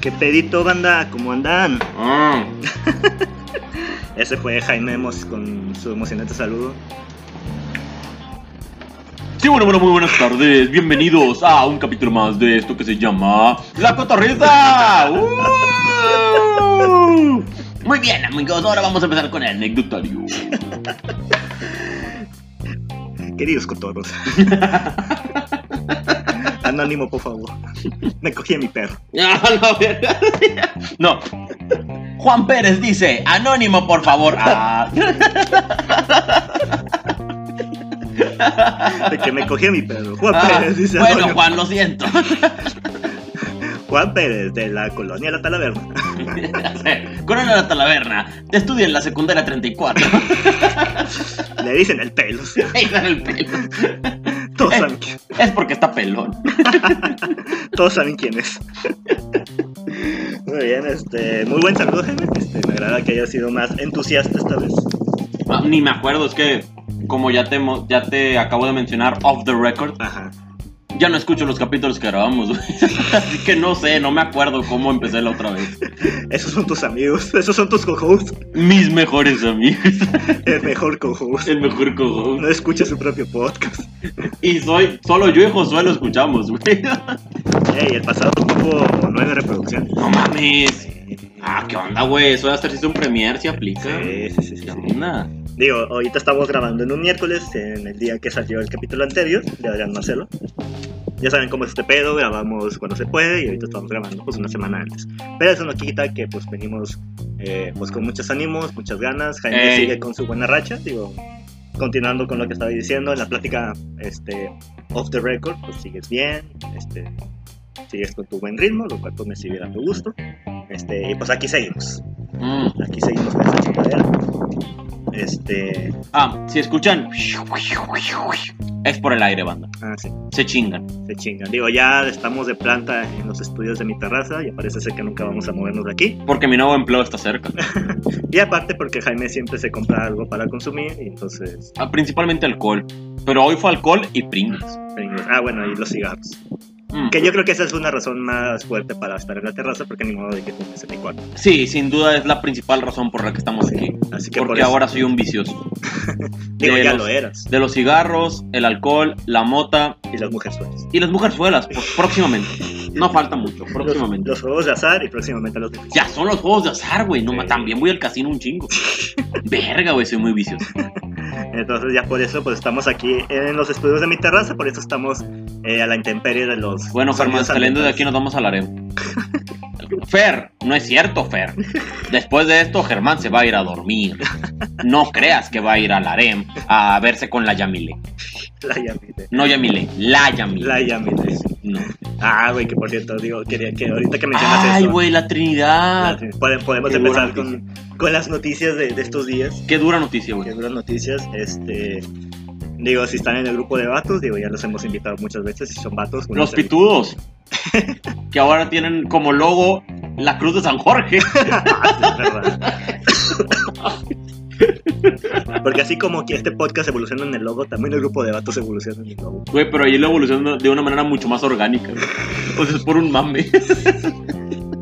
¿Qué pedito, banda? ¿Cómo andan? Ah, Ese fue Jaime Mos con su emocionante saludo. Sí, bueno, bueno, muy buenas tardes. Bienvenidos a un capítulo más de esto que se llama La Cotorrita. ¡Uh! Muy bien, amigos. Ahora vamos a empezar con el anecdotario. Queridos cotorros. Anónimo, por favor. Me cogí a mi perro. Ah, la verga. No. Juan Pérez dice, anónimo, por favor. Ah. De que me cogí a mi perro. Juan Ah, Pérez, dice bueno, Anónimo. Juan, lo siento. Juan Pérez, de la colonia La Talaverna. Corona de la Talaverna, te estudia en la secundaria 34. Le dicen el pelo. Ahí sale el pelo. Todos Eh. saben, qui- Es porque está pelón. todos saben quién es. Muy bien, este. Muy buen saludo, Jaime. Este, me agrada que haya sido más entusiasta esta vez. Ah, Ni me acuerdo, es que como ya te, mo- ya te acabo de mencionar off the record, Ajá. ya no escucho los capítulos que grabamos, güey. Así que no sé, no me acuerdo cómo empecé la otra vez. Esos son tus amigos. Esos son tus co-hosts. Mis mejores amigos. El mejor co-host. El mejor cojo. No escucha su propio podcast. Y soy, solo yo y Josué lo escuchamos, güey. Ey, el pasado tuvo nueve reproducciones. No mames. Sí, Ah, ¿qué onda, güey? Eso de hacer si es un premier, si aplica. sí, sí, sí, ¿Qué sí. onda? Digo, ahorita estamos grabando en un miércoles, en el día que salió el capítulo anterior de Adrián Marcelo. Ya saben cómo es este pedo, grabamos cuando se puede y ahorita estamos grabando pues una semana antes. Pero eso no quita que pues venimos eh, pues con muchos ánimos, muchas ganas. Jaime Ey. sigue con su buena racha, digo, continuando con lo que estaba diciendo en la plática este off the record, pues sigues bien, este sigues con tu buen ritmo, lo cual pues me sigue dando gusto. Este, y pues aquí seguimos Mm. aquí seguimos con esta chingadera. Este. Ah, si escuchan. Es por el aire, banda. Ah, sí, Se chingan. se chingan. Digo, ya estamos de planta en los estudios de mi terraza y parece ser que nunca vamos a movernos de aquí. Porque mi nuevo empleo está cerca. Y aparte, porque Jaime siempre se compra algo para consumir y entonces. Ah, principalmente alcohol. Pero hoy fue alcohol y Pringles. Pringles. Ah, bueno, y los cigarros. Mm. Que yo creo que esa es una razón más fuerte para estar en la terraza porque ni modo de que tengas en mi cuarto. Sí, sin duda es la principal razón por la que estamos aquí. Así que por Porque eso- ahora soy un vicioso. Digo, de ya los- lo eras. De los cigarros, el alcohol, la mota Y las mujeres suelas. y las mujerzuelas. pues, próximamente. No falta mucho, Los, próximamente. los juegos de azar y próximamente los de Ya son los juegos de azar, güey. No, ma- Sí. también voy al casino un chingo. Verga, güey, soy muy vicioso. Entonces ya por eso pues estamos aquí en los estudios de mi terraza, por eso estamos eh, a la intemperie de los... Bueno, Fer, sonidos saliendo de aquí nos vamos al areo. Fer, no es cierto, Fer. Después de esto, Germán se va a ir a dormir. No creas que va a ir al harem a verse con la Yamile. ambientales. La Yamile. No Yamile, la Yamile. La Yamile. No. Ah, güey, que por cierto, digo, quería que ahorita que mencionas Ay, eso... güey, la Trinidad. la- pode- Podemos Qué empezar buena con, con las noticias de, de estos días, Qué dura noticia, que güey. duras noticias, este... Digo, si están en el grupo de vatos, digo, ya los hemos invitado muchas veces, si son vatos... Los únanse- pitudos. Que ahora tienen como logo la cruz de San Jorge. Ah, sí, es verdad. Porque así como que este podcast evoluciona en el logo, también el grupo de vatos evoluciona en el logo. Güey, pero ahí la evolución de una manera mucho más orgánica. güey. O sea, es por un mame.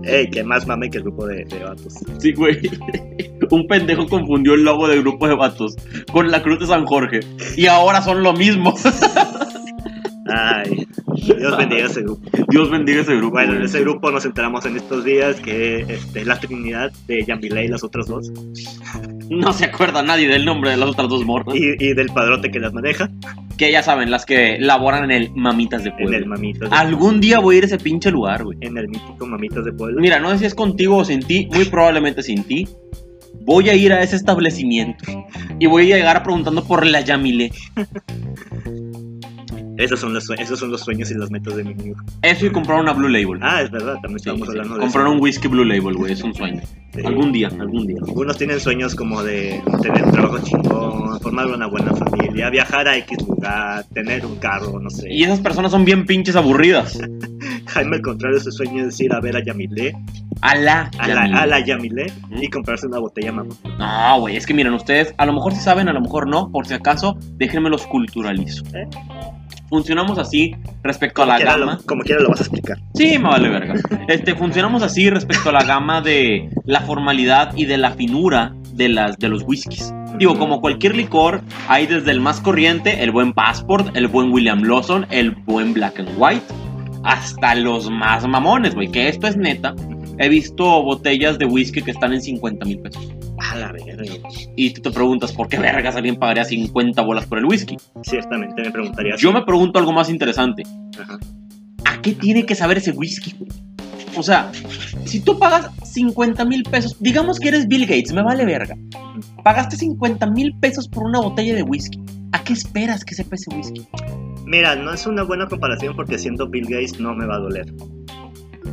Ey, que más mame que el grupo de, de vatos. Sí, güey. Un pendejo confundió el logo del grupo de vatos con la cruz de San Jorge. Y ahora son lo mismo. Ay, Dios bendiga ese grupo. Dios bendiga ese grupo. Bueno, en güey. ese grupo nos enteramos en estos días que este, la Trinidad de Yamile y las otras dos, No se acuerda nadie del nombre de las otras dos morras. y, y del padrote que las maneja, Que ya saben, las que laboran en el Mamitas de en Puebla. Ah. el Mamitas, de- Algún día voy a ir a ese pinche lugar, güey. en el mítico Mamitas de Puebla. Mira, no sé si es contigo o sin ti, muy probablemente sin ti. Voy a ir a ese establecimiento y voy a llegar preguntando por la Yamile. Esos son los, sue- esos son los sueños y las metas de mi amigo. Eso y comprar una Blue Label. Ah, es verdad, también Sí, estábamos sí. hablando de Comprar eso. un whisky Blue Label, güey, es un sueño. Sí. Algún día, algún día. Algunos tienen sueños como de tener un trabajo chingón, formar una buena familia, viajar a X lugar, tener un carro, no sé. Y esas personas son bien pinches aburridas. Jaime, al contrario, su sueño es ir a ver a Yamile Alá. a la, a la Yamile ¿Mm? y comprarse una botella mamá. No, güey, es que miren, ustedes a lo mejor sí saben, a lo mejor no. Por si acaso, déjenme los culturalizo. ¿Eh? funcionamos así respecto a Como la quiera, gama. lo, como quiera lo vas a explicar. Sí, me vale verga. Este, funcionamos así respecto a la gama de la formalidad y de la finura de, las, de los whiskies. Digo, como cualquier licor, hay desde el más corriente, el buen Passport, el buen William Lawson, el buen Black and White, hasta los más mamones, güey. Que esto es neta. He visto botellas de whisky que están en 50 mil pesos. A la verga. Y tú te preguntas, ¿por qué vergas alguien pagaría 50 bolas por el whisky? Ciertamente me preguntaría. Yo me pregunto algo más interesante. Ajá. ¿A qué tiene que saber ese whisky? güey? O sea, si tú pagas 50 mil pesos, digamos que eres Bill Gates, me vale verga. Pagaste 50 mil pesos por una botella de whisky. ¿A qué esperas que sepa ese whisky? Mira, no es una buena comparación porque siendo Bill Gates no me va a doler.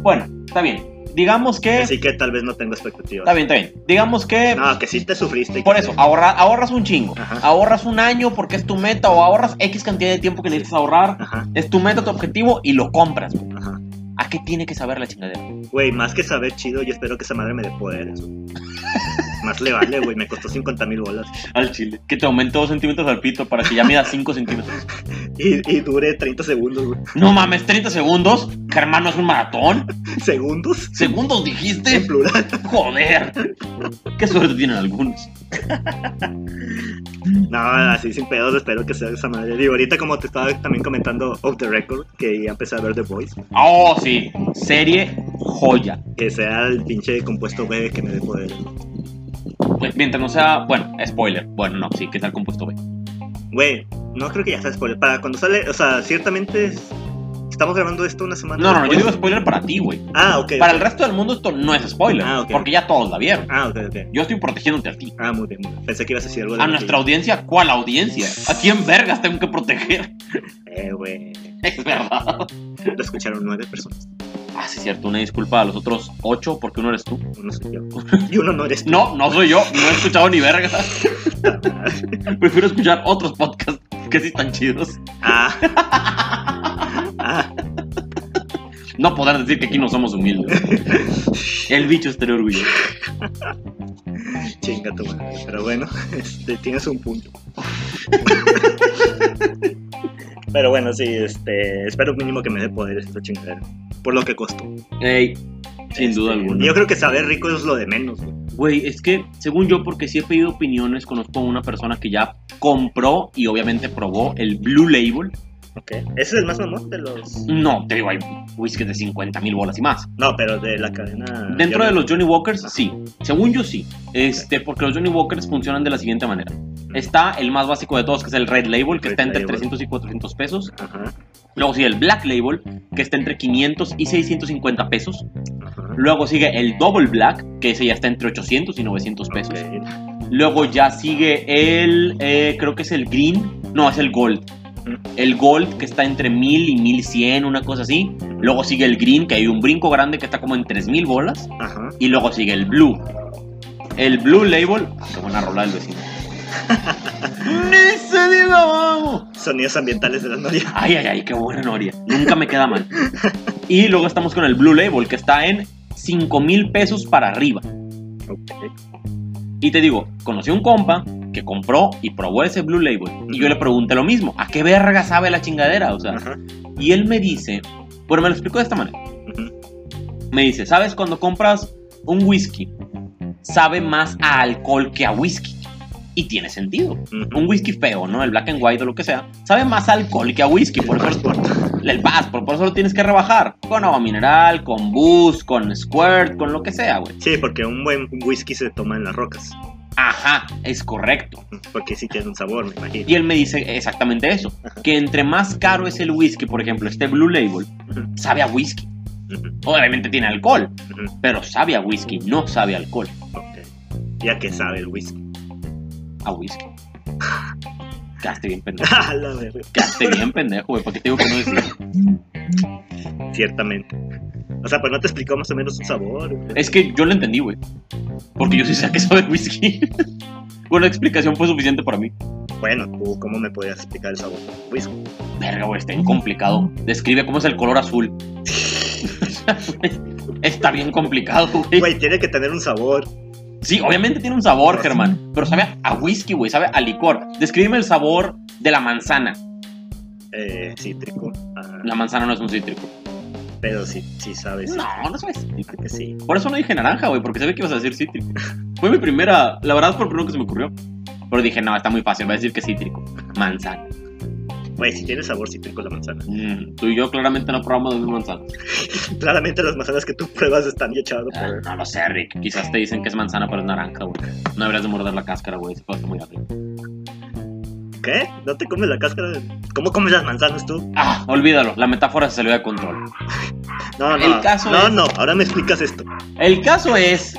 Bueno, está bien. Digamos que. Así que tal vez no tengo expectativas. Está bien, está bien. Digamos que. No, que sí te sufriste. y Por que- eso, ah. ahorra- ahorras un chingo. Ajá. Ahorras un año porque es tu meta o ahorras X cantidad de tiempo que necesitas ahorrar. Ajá, Es tu meta, tu objetivo y lo compras. güey. ajá. ¿A qué tiene que saber la chingadera? Güey, más que saber chido, yo espero que esa madre me dé poderes. güey. más le vale, güey. Me costó 50 mil bolas. Al chile. Que te aumente 2 centímetros al pito para que ya mida 5 centímetros. Y, y dure 30 segundos, güey. No mames, 30 segundos. Germán, ¿no es un maratón? ¿Segundos? ¿Segundos En dijiste? plural. Joder. Qué suerte tienen algunos. No, así sin pedos, espero que sea esa madre. Digo, ahorita como te estaba también comentando off the record, que ya empecé a ver The Voice, Oh, sí. Serie joya. que sea el pinche compuesto B que me dé poderes. Pues, Mientras no sea. Bueno, spoiler. Bueno, no, sí, ¿qué tal compuesto B? Güey, no creo que ya sea spoiler. Para cuando sale, o sea, ciertamente es- estamos grabando esto una semana. No, no, no, yo después. digo spoiler para ti, güey. Ah, ok. Para el resto del mundo esto no es spoiler. Ah, ok. Porque ya todos la vieron. Ah, ok, ok. Yo estoy protegiéndote a ti. Ah, muy bien, muy bien. Pensé que ibas a decir algo de A la nuestra audiencia, ¿cuál audiencia? ¿A quién vergas tengo que proteger? Eh, güey. Es verdad. Lo escucharon nueve personas. Ah, sí, cierto. Una disculpa a los otros ocho porque uno eres tú. Uno soy yo. Y uno no eres tú. No, no soy yo, no he escuchado ni verga. Prefiero escuchar otros podcasts que sí están chidos. Ah. ah. No podrán decir que aquí no somos humildes. El bicho estaría orgulloso. Chinga tu madre. Pero bueno, este, tienes un punto. Pero bueno, sí, este, espero mínimo que me dé poder esta chingadera. Por lo que costó. Ey, sin duda Este, alguna. Yo creo que saber rico es lo de menos, güey. Güey, es que según yo, porque sí he pedido opiniones, conozco a una persona que ya compró y obviamente probó el Blue Label. Ok. Ese es el más mamón de los. No, te digo, hay whisky de 50 mil bolas y más. No, pero de la cadena. Dentro de los Johnny Walkers, Ajá. sí. Según yo, sí. Este, porque los Johnny Walkers funcionan de la siguiente manera. Está el más básico de todos, que es el Red Label, que Red está entre Label. 300 y 400 pesos. Ajá, Luego sigue el Black Label, que está entre 500 y 650 pesos. ajá. Luego sigue el Double Black, que ese ya está entre 800 y 900 pesos. Ok. Luego ya sigue el, eh, creo que es el Green, no, es el Gold. Ujú. El Gold, que está entre 1000 y 1100, una cosa así. Luego sigue el Green, que hay un brinco grande que está como en 3000 bolas. Ajá. Y luego sigue el Blue. El Blue Label. Ah, qué buena rola del vecino. Ni se diga, vamos. Sonidos ambientales de la noria. Ay, ay, ay, qué buena Noria. Nunca me queda mal. Y luego estamos con el Blue Label, que está en 5 mil pesos para arriba. Ok. Y te digo, conocí un compa que compró y probó ese Blue Label. Y yo le pregunté lo mismo. ¿A qué verga sabe la chingadera? O sea, Ajá. y él me dice, bueno, me lo explicó de esta manera. ujú. Me dice, ¿sabes? Cuando compras un whisky, sabe más a alcohol que a whisky. Y tiene sentido. Ujú. Un whisky feo, ¿no? El black and white o lo que sea, sabe más a alcohol que a whisky. Por eso, el passport, por eso lo tienes que rebajar. Con agua mineral, con boost, con squirt, con lo que sea, güey. Sí, porque un buen whisky se toma en las rocas. Ajá, es correcto. Porque sí tiene un sabor, me imagino. Y él me dice exactamente eso. Que entre más caro es el whisky, por ejemplo, este Blue Label, Ujú, sabe a whisky. ujú, Obviamente tiene alcohol, ujú. pero sabe a whisky, no sabe a alcohol, Ok. Ya que sabe el whisky. a whisky. Quedaste bien pendejo. A la verga. Quedaste bien pendejo, güey, porque te digo que no decía. Ciertamente. O sea, pues no te explicó más o menos su sabor. güey. Es que yo lo entendí, güey. Porque yo sí sé que sabe whisky. bueno, la explicación fue suficiente para mí. Bueno, tú, ¿cómo me podías explicar el sabor del whisky? Verga, güey, está bien complicado. Describe cómo es el color azul. está bien complicado, güey. Güey, tiene que tener un sabor. Sí, obviamente tiene un sabor, Germán. Pero sabe a whisky, güey, sabe a licor. Descríbeme el sabor de la manzana. eh, cítrico. a- La manzana no es un cítrico. Pero sí, sí sabes. No, no sabes. Ah, que sí. Por eso no dije naranja, güey, porque sabía que ibas a decir cítrico. Fue mi primera, la verdad fue lo primero que se me ocurrió. Pero dije, no, está muy fácil, va a decir que es cítrico. Manzana. Güey, si tiene sabor cítrico la manzana. Mm, tú y yo claramente no probamos las mismas manzanas. Claramente las manzanas que tú pruebas están echadas Ah, por... no lo sé, Rick. Quizás te dicen que es manzana, pero es naranja, güey. No deberías de morder la cáscara, güey. Eso está muy horrible. ¿Qué? ¿No te comes la cáscara? de- ¿Cómo comes las manzanas tú? Ah, olvídalo. La metáfora se salió de control. No, no. El caso no, es- no. Ahora me explicas esto. El caso es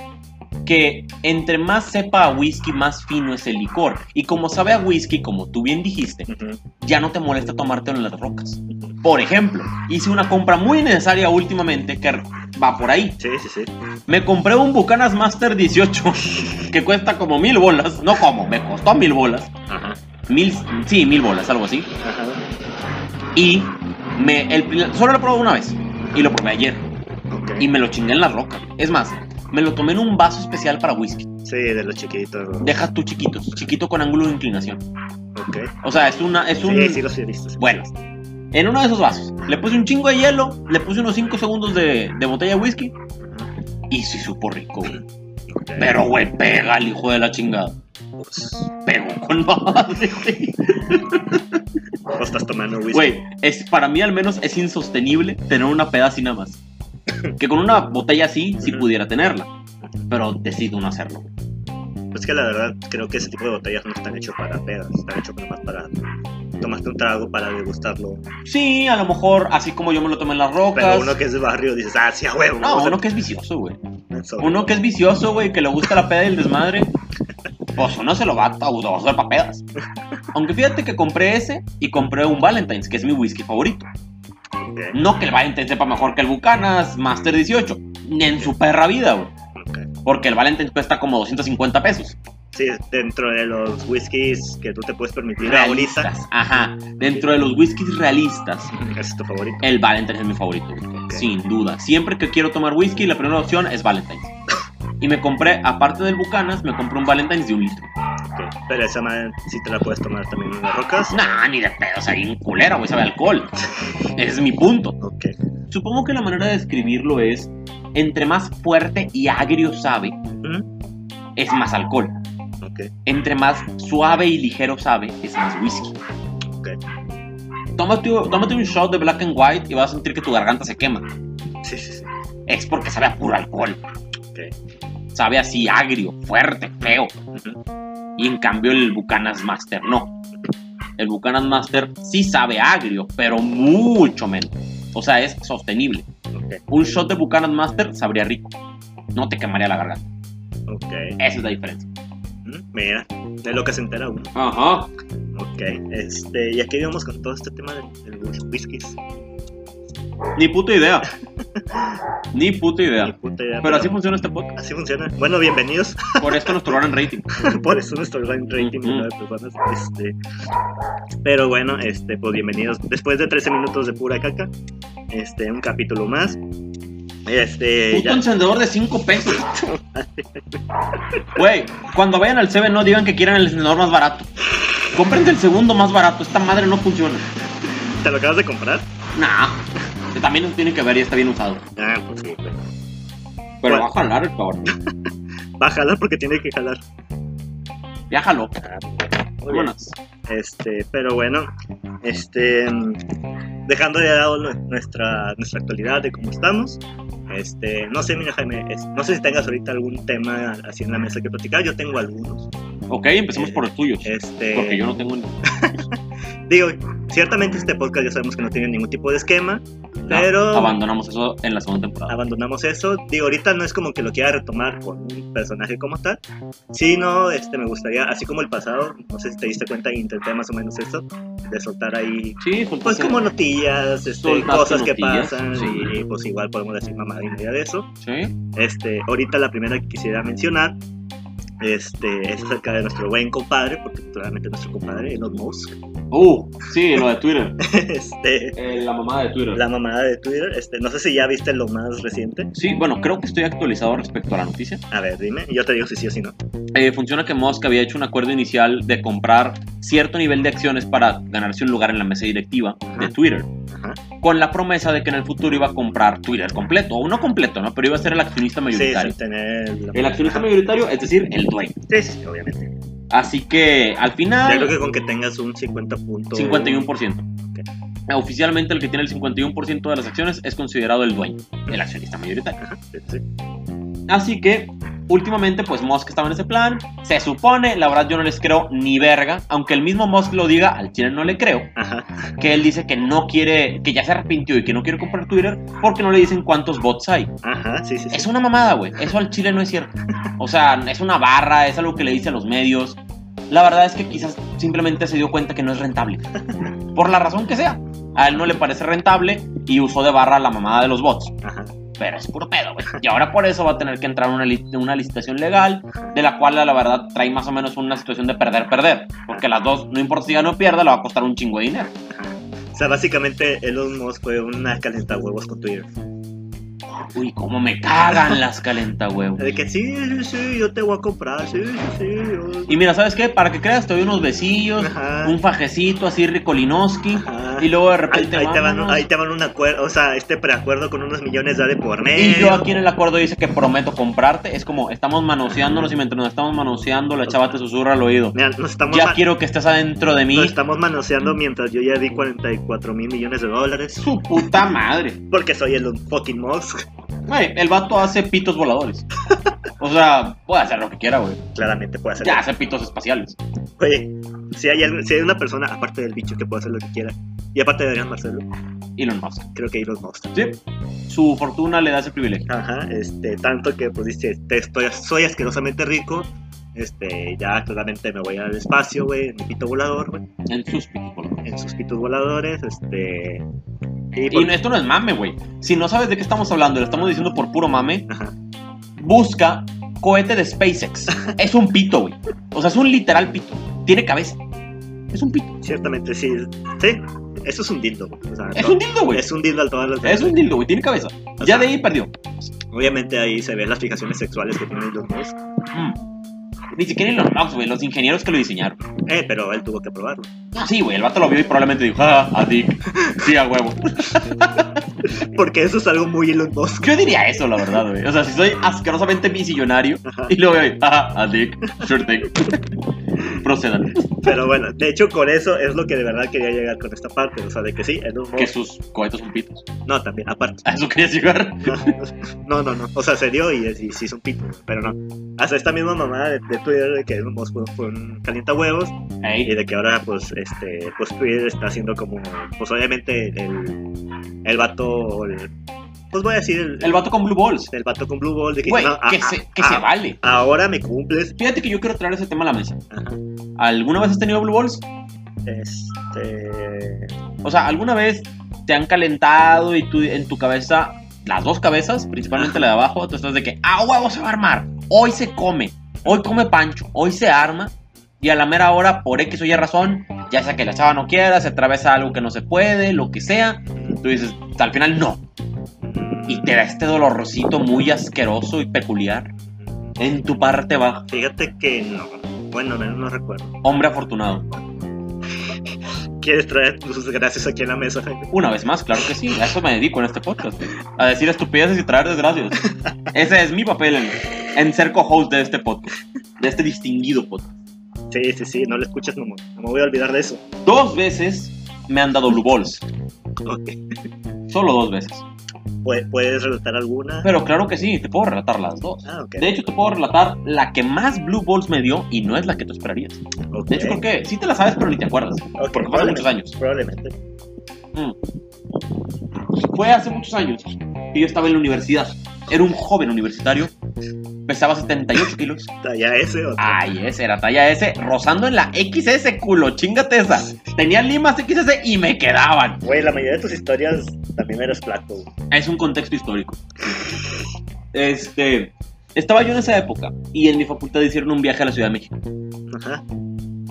que entre más sepa a whisky, más fino es el licor. Y como sabe a whisky, como tú bien dijiste, Ujú. ya no te molesta tomártelo en las rocas. Por ejemplo, hice una compra muy necesaria últimamente que va por ahí. Sí, sí, sí. Me compré un Bucanas Master 18 que cuesta como mil bolas. No como, me costó mil bolas. Ajá. Mil, sí, mil bolas, algo así. Ajá. Y me, el, solo lo probé una vez. Y lo probé ayer. Ok. Y me lo chingué en la roca. Es más, me lo tomé en un vaso especial para whisky. Sí, de los chiquitos. ¿no? Deja tú chiquitos. Chiquito con ángulo de inclinación. Ok. O sea, es una. Es un, Sí, sí los he visto. sí. Bueno, en uno de esos vasos le puse un chingo de hielo, le puse unos 5 segundos de, de botella de whisky y sí supo rico, güey. Ok. Pero, güey, pega el hijo de la chingada. Pues, Pegó con madre, güey. no pues estás tomando whisky. Güey, es, para mí al menos es insostenible tener una peda así nada más. Que con una botella así, sí Ujú. pudiera tenerla. Pero decido no hacerlo. güey. Pues que la verdad, creo que ese tipo de botellas no están hechos para pedas. Están hechos nomás para... Tomaste un trago para degustarlo. Sí, a lo mejor, así como yo me lo tomé en las rocas. Pero uno que es de barrio dices, ah, sí, a huevo. No, vamos a- uno que es vicioso, güey. sobre- Uno que es vicioso, güey, que le gusta la peda y el desmadre, pues uno se lo va a usar para pedas. Aunque fíjate que compré ese y compré un Valentine's, que es mi whisky favorito. Ok, No que el Valentine's sepa mejor que el Bucanas Master 18, ni en su perra vida, güey. ok. Porque el Valentine's cuesta como 250 pesos. Sí, dentro de los whiskies que tú te puedes permitir ahorita, Realistas. Ajá. Dentro de los whiskies realistas, ese es tu favorito. el Valentine's es mi favorito, güey. sin duda. Siempre que quiero tomar whisky, la primera opción es Valentine's. Y me compré, aparte del Bucanas, me compré un Valentine's de un litro. ok. Pero esa madre sí te la puedes tomar también en las rocas. Nah, ni de pedo, o sea, bien culera, güey, sabe a alcohol. Ese es mi punto. Ok, Supongo que la manera de describirlo es, entre más fuerte y agrio sabe, Ujú, es más alcohol. Mm, ok. Entre más suave y ligero sabe, es más whisky. Ok. Tómate, tómate un shot de black and white y vas a sentir que tu garganta se quema. Sí, sí, sí. Es porque sabe a puro alcohol. Ok. Sabe así agrio, fuerte, feo. Ujú, Y en cambio el Bucanas Master no. El Bucanas Master sí sabe agrio, pero mucho menos. O sea, es sostenible. Ok, Un shot de Bucanas Master sabría rico. No te quemaría la garganta. ok. Esa es la diferencia. Ujú, Mira, de lo que se entera uno. Ajá. Ok, este, y aquí íbamos con todo este tema del, de los whiskies. Ni puta idea. Ni puta Ni idea. puta idea, Pero así funciona este podcast. así funciona. Bueno, bienvenidos. Por esto nos tronaron rating. Por eso nuestro line rating de nueve personas. Este, pero bueno, este, pues bienvenidos. Después de 13 minutos de pura caca, este, un capítulo más. Este, Puto ya- encendedor de 5 pesos. Güey, cuando vayan al 7 no digan que quieran el encendedor más barato. Cómprense el segundo más barato. Esta madre no funciona. ¿te lo acabas de comprar? Nah. que También eso tiene que ver y está bien usado. Ah, pues sí, güey. Pero Bueno. va a jalar el cabrón. Va a jalar porque tiene que jalar. Ya jaló. Muy bien. Buenas. Este, pero bueno, este, mm, dejando de lado lo- nuestra, nuestra actualidad de cómo estamos, este, no sé, mira Jaime, es- no sé si tengas ahorita algún tema así en la mesa que platicar, yo tengo algunos. Ok, empecemos por los tuyos. Este, Porque yo no tengo ni. Digo, ciertamente este podcast ya sabemos que no tiene ningún tipo de esquema, No, pero abandonamos eso en la segunda temporada. abandonamos eso. Digo, ahorita no es como que lo quiera retomar con un personaje como tal, sino este, me gustaría, así como el pasado, no sé si te diste cuenta, intenté más o menos eso, de soltar ahí Sí, soltaste- Pues como notillas, este, Soltaste cosas que notillas, pasan, sí. y pues igual podemos decir mamá y media de eso. Sí. Este, ahorita la primera que quisiera mencionar este, es acerca de nuestro buen compadre, porque claramente nuestro compadre, Elon Musk, Uh, sí, lo de Twitter. este, eh, la mamada de Twitter. la mamada de Twitter. Este, no sé si ya viste lo más reciente. Sí, bueno, creo que estoy actualizado respecto a la noticia. A ver, dime. Yo te digo si sí o si no. Eh, funciona que Musk había hecho un acuerdo inicial de comprar cierto nivel de acciones para ganarse un lugar en la mesa directiva de Ajá. Twitter, Ajá. con la promesa de que en el futuro iba a comprar Twitter completo, o no completo, ¿no? Pero iba a ser el accionista Sí, mayoritario. sin tener. la- El accionista Ajá. mayoritario, es decir, el dueño. Sí, sí, obviamente. Así que al Yo final... creo que con que tengas un 50 punto. 51%. Oficialmente el que tiene el 51% de las acciones es considerado el dueño, el accionista mayoritario. Ajá, sí, sí. Así que últimamente pues Musk estaba en ese plan, se supone, la verdad yo no les creo ni verga, aunque el mismo Musk lo diga, al chile no le creo, Ajá. que él dice que no quiere, que ya se arrepintió y que no quiere comprar Twitter porque no le dicen cuántos bots hay. Ajá, sí, sí. sí. Es una mamada, güey, eso al chile no es cierto. O sea, es una barra, es algo que le dicen los medios. La verdad es que quizás simplemente se dio cuenta que no es rentable por la razón que sea. A él no le parece rentable y usó de barra la mamada de los bots. Ajá. Pero es puro pedo, güey. Y ahora por eso va a tener que entrar una, li- una licitación legal, de la cual la verdad trae más o menos una situación de perder-perder. Porque las dos, no importa si gana o pierda, le va a costar un chingo de dinero. O sea, básicamente Elon Musk fue una huevos con Twitter. Uy, cómo me cagan las calentahuevos. De que sí, sí, sí, yo te voy a comprar, sí, sí, sí. yo- Y mira, ¿sabes qué? Para que creas, te doy unos besillos, Ajá. un fajecito así ricolinowski. Ajá. Y luego de Ahí, repente. ahí te van, vámonos. ahí te van un acuerdo, o sea, este preacuerdo con unos millones de dólares por mes. Y yo aquí en el acuerdo dice que prometo comprarte. Es como, estamos manoseándonos y mientras nos estamos manoseando, la chava te susurra al oído. Mira, nos estamos, Ya ma- quiero que estés adentro de mí. nos estamos manoseando mientras yo ya di Mm. 44 mil millones de dólares. Su puta madre. Porque soy Elon fucking Musk, Güey, el vato hace pitos voladores. O sea, puede hacer lo que quiera, güey. claramente puede hacer. Ya hace pitos espaciales. Oye, si hay, algo- si hay una persona aparte del bicho que puede hacer lo que quiera, y aparte de Adrián Marcelo, Elon Musk. creo que Elon Musk. Sí. Su fortuna le da ese privilegio. Ajá, este, tanto que pues dice, te estoy, soy asquerosamente rico, este, ya claramente me voy al espacio, güey, en mi pito volador, güey, En sus pitos voladores. en sus pitos voladores, este, y, Y pues, no- esto no es mame, güey. Si no sabes de qué estamos hablando, lo estamos diciendo por puro mame. ajá, Busca cohete de SpaceX. Es un pito, güey. O sea, es un literal pito. Tiene cabeza. Es un pito. ciertamente sí, sí, eso es un dildo, güey, o sea, Es no- un dildo, güey. es un dildo al todas las Es un dildo, güey. Tiene cabeza. O Ya sea, de ahí perdió. Obviamente ahí se ven las fijaciones sexuales que tienen los dos, Mm. Ni siquiera Elon Musk, güey. Los ingenieros que lo diseñaron. eh, pero él tuvo que probarlo. Ah, sí, güey, el vato lo vio y probablemente dijo, ah, a Dick, sí, a huevo. Pues Porque eso es algo muy Elon Musk. Yo diría eso, la verdad, güey. O sea, si soy asquerosamente millonario Ajá. y lo veo y, ah, a Dick, sure thing. Procedan. Pero bueno, de hecho con eso es lo que de verdad quería llegar con esta parte. O sea, de que sí, Elon Que Musk. sus cohetes son pitos. No, también, aparte. A eso querías llegar. No, no, no. O sea, se dio y, y sí es un pito, pero no. Hasta esta misma mamada de, de Twitter de que Elon Musk fue, fue un calienta huevos y Ey, de que ahora pues este pues Twitter está haciendo como pues obviamente el, el vato o el- pues voy a decir el, el vato con Blue Balls. el vato con Blue Ball de que, Güey, no, ah, que, ah, se, que ah, se vale. ahora me cumples. Fíjate que yo quiero traer ese tema a la mesa. Ajá. ¿Alguna vez has tenido Blue Balls? Este O sea, ¿alguna vez te han calentado y tú en tu cabeza, las dos cabezas, principalmente la de abajo, tú estás de que, ah, huevo, se va a armar, hoy se come, hoy come Pancho, hoy se arma, y a la mera hora, por X o Y razón, ya sea que la chava no quiera, se atraviesa algo que no se puede, lo que sea, tú dices, al final no, y te da este dolorcito muy asqueroso y peculiar en tu parte baja, Fíjate que no. Bueno, no, no recuerdo. hombre afortunado. ¿Quieres traer tus gracias aquí en la mesa? Una vez más, claro que sí, a eso me dedico en este podcast, a decir estupideces y traer desgracias. Ese es mi papel en, en ser co-host de este podcast, de este distinguido podcast. Sí, sí, sí, no lo escuchas, no, me- no me voy a olvidar de eso. Dos veces me han dado blue balls, Ok. solo dos veces. ¿Pue- ¿Puedes relatar alguna? Pero claro que sí, te puedo relatar las dos. Ah, ok. De hecho, te puedo relatar la que más blue balls me dio y no es la que tú esperarías. Ok. De hecho, creo que sí te la sabes, pero ni te acuerdas, Ok, porque pasan probablemente, muchos años. Probablemente. Fue hace muchos años que yo estaba en la universidad. Era un joven universitario. Pesaba 78 kilos. Ah, Ya ese o Ay, ese era talla S. Rozando en la XS, culo. Chingate esa. Tenía limas XS y me quedaban. Güey, la mayoría de tus historias también eras flaco. güey. Es un contexto histórico. Este. Estaba yo en esa época y en mi facultad hicieron un viaje a la Ciudad de México. Ajá.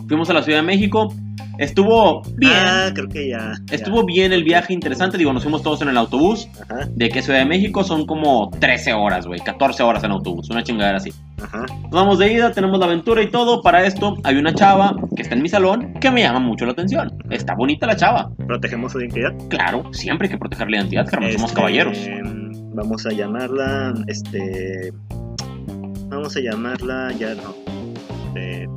Fuimos a la Ciudad de México. Estuvo bien. Ah, creo que ya. ya. Estuvo bien el viaje, interesante. Digo, nos fuimos todos en el autobús. Ajá, De que Ciudad de México son como 13 horas, güey. 14 horas en autobús. Una chingadera así. ajá. Nos vamos de ida, tenemos la aventura y todo. Para esto hay una chava que está en mi salón que me llama mucho la atención. Está bonita la chava. Protegemos su identidad. Claro, siempre hay que proteger la identidad, Germán. Somos Este, caballeros. Vamos a llamarla. Este. Vamos a llamarla. Ya no. Este,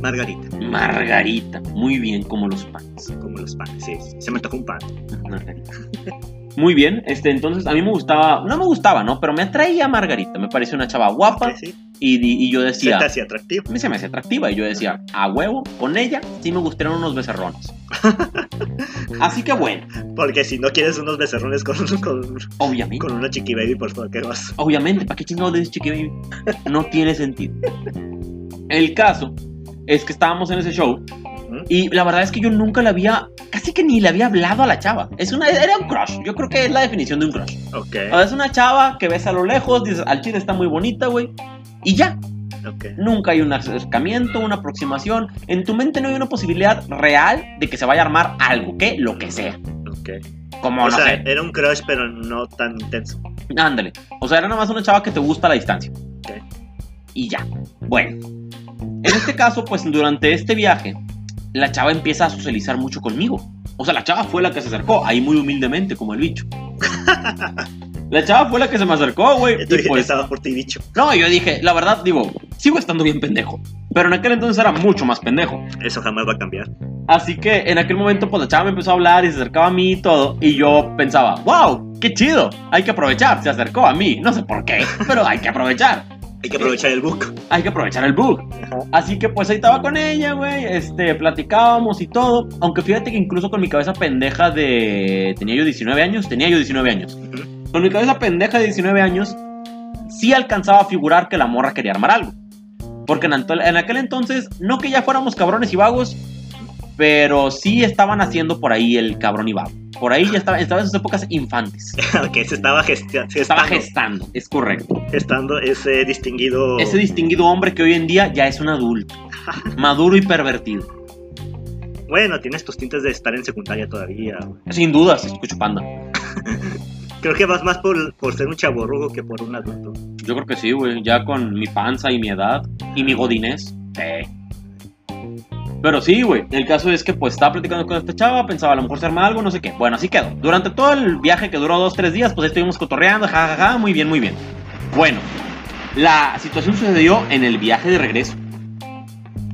Margarita, Margarita, muy bien como los panes. como los panes. Sí, se me antojó un pan. Margarita. Muy bien, este, entonces a mí me gustaba, no me gustaba, ¿no? Pero me atraía Margarita, me parecía una chava guapa Sí, sí. y, di- y yo Se decía, te hacía atractivo. a mí se me hacía atractiva y yo decía, a huevo, con ella sí me gustaron unos becerrones. Así que bueno, Porque si no quieres unos becerrones con, con, obviamente, con una chiqui baby, por favor, ¿qué vas? obviamente, ¿para qué chingados le dices chiqui baby? No tiene sentido. El caso es que estábamos en ese show Ujú. y la verdad es que yo nunca la había, casi que ni le había hablado a la chava. Es una, era un crush, yo creo que es la definición de un crush. Ok, Ah, Es una chava que ves a lo lejos, dices, al chile está muy bonita, güey. Y ya, ok. nunca hay un acercamiento, una aproximación. En tu mente no hay una posibilidad real de que se vaya a armar algo, que lo que sea. Ok. Como, o no sea, sé, era un crush, pero no tan intenso. ándale. O sea, era nada más una chava que te gusta a la distancia. Ok. Y ya. Bueno, en este caso, pues durante este viaje, la chava empieza a socializar mucho conmigo. O sea, la chava fue la que se acercó, ahí muy humildemente, como el bicho. La chava fue la que se me acercó, güey. Tú y dijiste pues- estaba por ti dicho. No, yo dije, la verdad, digo, sigo estando bien pendejo. Pero en aquel entonces era mucho más pendejo. Eso jamás va a cambiar. Así que en aquel momento, pues la chava me empezó a hablar y se acercaba a mí y todo. Y yo pensaba, wow, qué chido, hay que aprovechar. Se acercó a mí, no sé por qué, pero hay que aprovechar. Hay que aprovechar el book. Hay que aprovechar el bug. Así que pues ahí estaba con ella, güey. Este, platicábamos y todo. Aunque fíjate que incluso con mi cabeza pendeja de. Tenía yo 19 años, tenía yo 19 años. Con mi cabeza pendeja de 19 años, sí alcanzaba a figurar que la morra quería armar algo. Porque en, anto- en aquel entonces, no que ya fuéramos cabrones y vagos, pero sí estaban haciendo por ahí el cabrón y vago. Por ahí ya estaba, estaba en sus épocas infantes. ok, se estaba gestando. Estaba gestando, es correcto. gestando ese distinguido. Ese distinguido hombre que hoy en día ya es un adulto, maduro y pervertido. Bueno, tienes tus tintes de estar en secundaria todavía. güey. Sin dudas, escucho panda. Creo que vas más por, por ser un chaborrugo que por un adulto. Yo creo que sí, güey. Ya con mi panza y mi edad y mi godinés. eh. Pero sí, güey. El caso es que pues estaba platicando con esta chava, pensaba a lo mejor se arma algo, no sé qué. Bueno, así quedó. Durante todo el viaje que duró dos, tres días, pues ahí estuvimos cotorreando, jajaja, muy bien, muy bien. Bueno, la situación sucedió en el viaje de regreso.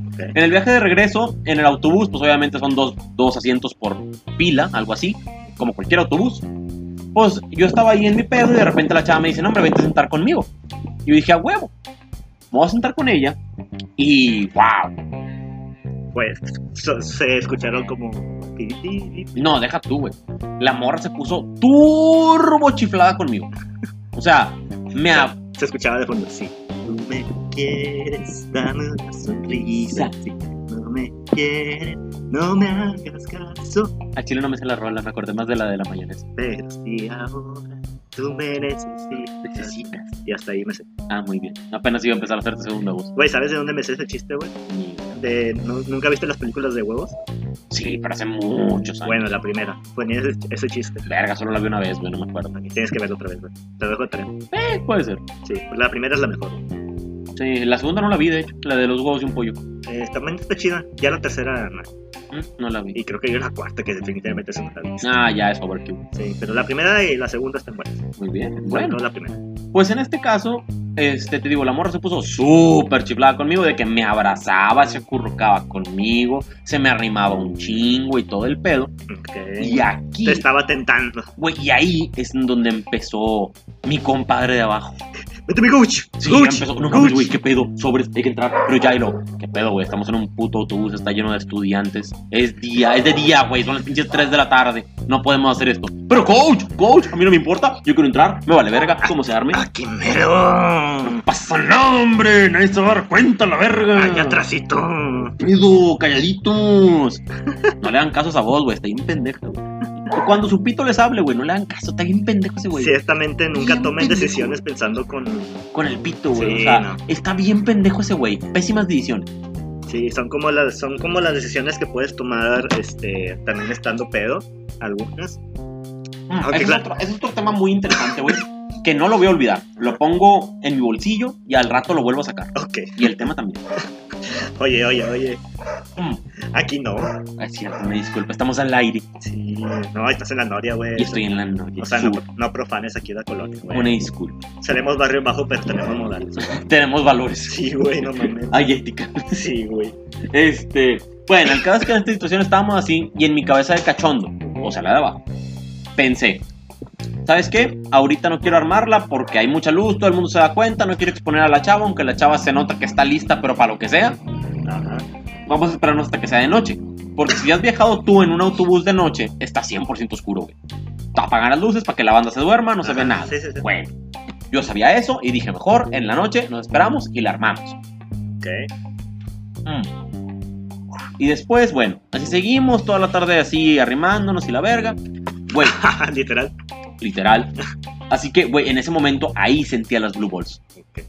Ok. En el viaje de regreso, en el autobús, pues obviamente son dos, dos asientos por fila, algo así, como cualquier autobús. Pues yo estaba ahí en mi pedo y de repente la chava me dice, no, hombre, vente a sentar conmigo. Y yo dije, a huevo, me voy a sentar con ella. Y wow, Pues so- se escucharon como. ti, ti, ti. no, deja tú, güey. La morra se puso turbo chiflada conmigo. O sea, me ab- Se escuchaba de fondo. Sí. Tú me quieres, dame una sonrisa. Sí. No me quieres, no me hagas caso. A Chile no me sé la rola, me acordé más de la de la mayonesa. Pero si ahora tú me necesitas. Necesitas. Y hasta ahí me sé. Ah, muy bien. Apenas iba a empezar a hacerte segunda voz. Güey, ¿sabes de dónde me sé ese chiste, güey? Y- De, ¿no- ¿Nunca viste las películas de huevos? Sí, pero hace muchos años. Bueno, la primera. Ponía ese, ese chiste. Verga, solo la vi una vez, güey, no me acuerdo. Ah, Tienes que verlo otra vez, güey. Te dejo otra. Eh, puede ser. Sí, pues la primera es la mejor. Sí, la segunda no la vi, de hecho. La de los huevos y un pollo. Eh, también está chida. Ya la tercera, no. Mm, No la vi. y creo que hay una cuarta que definitivamente es una tal. Ah, ya es overkill. Sí, pero la primera y la segunda están buenas. Sobre Muy bien. todo Bueno, la primera. pues en este caso, este, te digo, la morra se puso súper chiflada conmigo, de que me abrazaba, se acurrucaba conmigo, se me arrimaba un chingo y todo el pedo. Ok. Y aquí, Te estaba tentando. güey, y ahí es donde empezó mi compadre de abajo. ¡Vete mi coach! Sí, ya empezó. No mames, güey, qué pedo. Sobre, hay que entrar. Pero ya, y lo. Qué pedo, güey. Estamos en un puto autobús, está lleno de estudiantes. Es día, es de día, güey. Son las pinches 3 de la tarde. No podemos hacer esto. Pero, coach, coach, a mí no me importa. Yo quiero entrar. Me vale verga. ¿Cómo se arme? ¡Aquí Ah, mero! Pasa el hambre. Nadie se va a dar cuenta, la verga. ¡Allá atrásito! Pedo, calladitos. No le hagan caso a esa voz, güey. Está bien pendeja, güey. Cuando su pito les hable, güey, no le hagan caso. Está bien pendejo ese güey. Ciertamente nunca Bien tomen pendejo. decisiones pensando con. Con el pito, güey. Sí, o sea, no. está bien pendejo ese güey. Pésimas decisiones. Sí, son como las, son como las decisiones que puedes tomar este, también estando pedo, algunas. Mm, Ok, ese es claro. otro, ese es otro tema muy interesante, güey. Que no lo voy a olvidar. Lo pongo en mi bolsillo y al rato lo vuelvo a sacar. Ok, Y el tema también. oye, oye, oye, Mm, aquí no. es cierto, me disculpa. Estamos al aire Sí, no, estás en la noria, güey. y estoy en la noche. O sea, no, Sube. no profanes aquí la colonia, Una güey. disculpa. Seremos barrio bajo, pero tenemos modales. güey. Tenemos valores. Sí, güey, no mames. Hay ética. Sí, güey. Este, bueno, el caso es que en esta situación estábamos así y en mi cabeza de cachondo, o sea, la de abajo, pensé, ¿sabes qué? Ahorita no quiero armarla porque hay mucha luz, todo el mundo se da cuenta, no quiero exponer a la chava, aunque la chava se nota que está lista, pero para lo que sea, Ajá. vamos a esperarnos hasta que sea de noche. Porque si has viajado tú en un autobús de noche, está 100% oscuro, güey. Apagan las luces para que la banda se duerma, no se ve Ajá, nada. Sí, sí, sí. Bueno, yo sabía eso y dije, mejor en la noche nos esperamos y la armamos. Ok. Mm. Y después, bueno, así seguimos toda la tarde así arrimándonos y la verga. Güey, Literal. literal. Así que, güey, en ese momento ahí sentía las Blue Balls. Ok.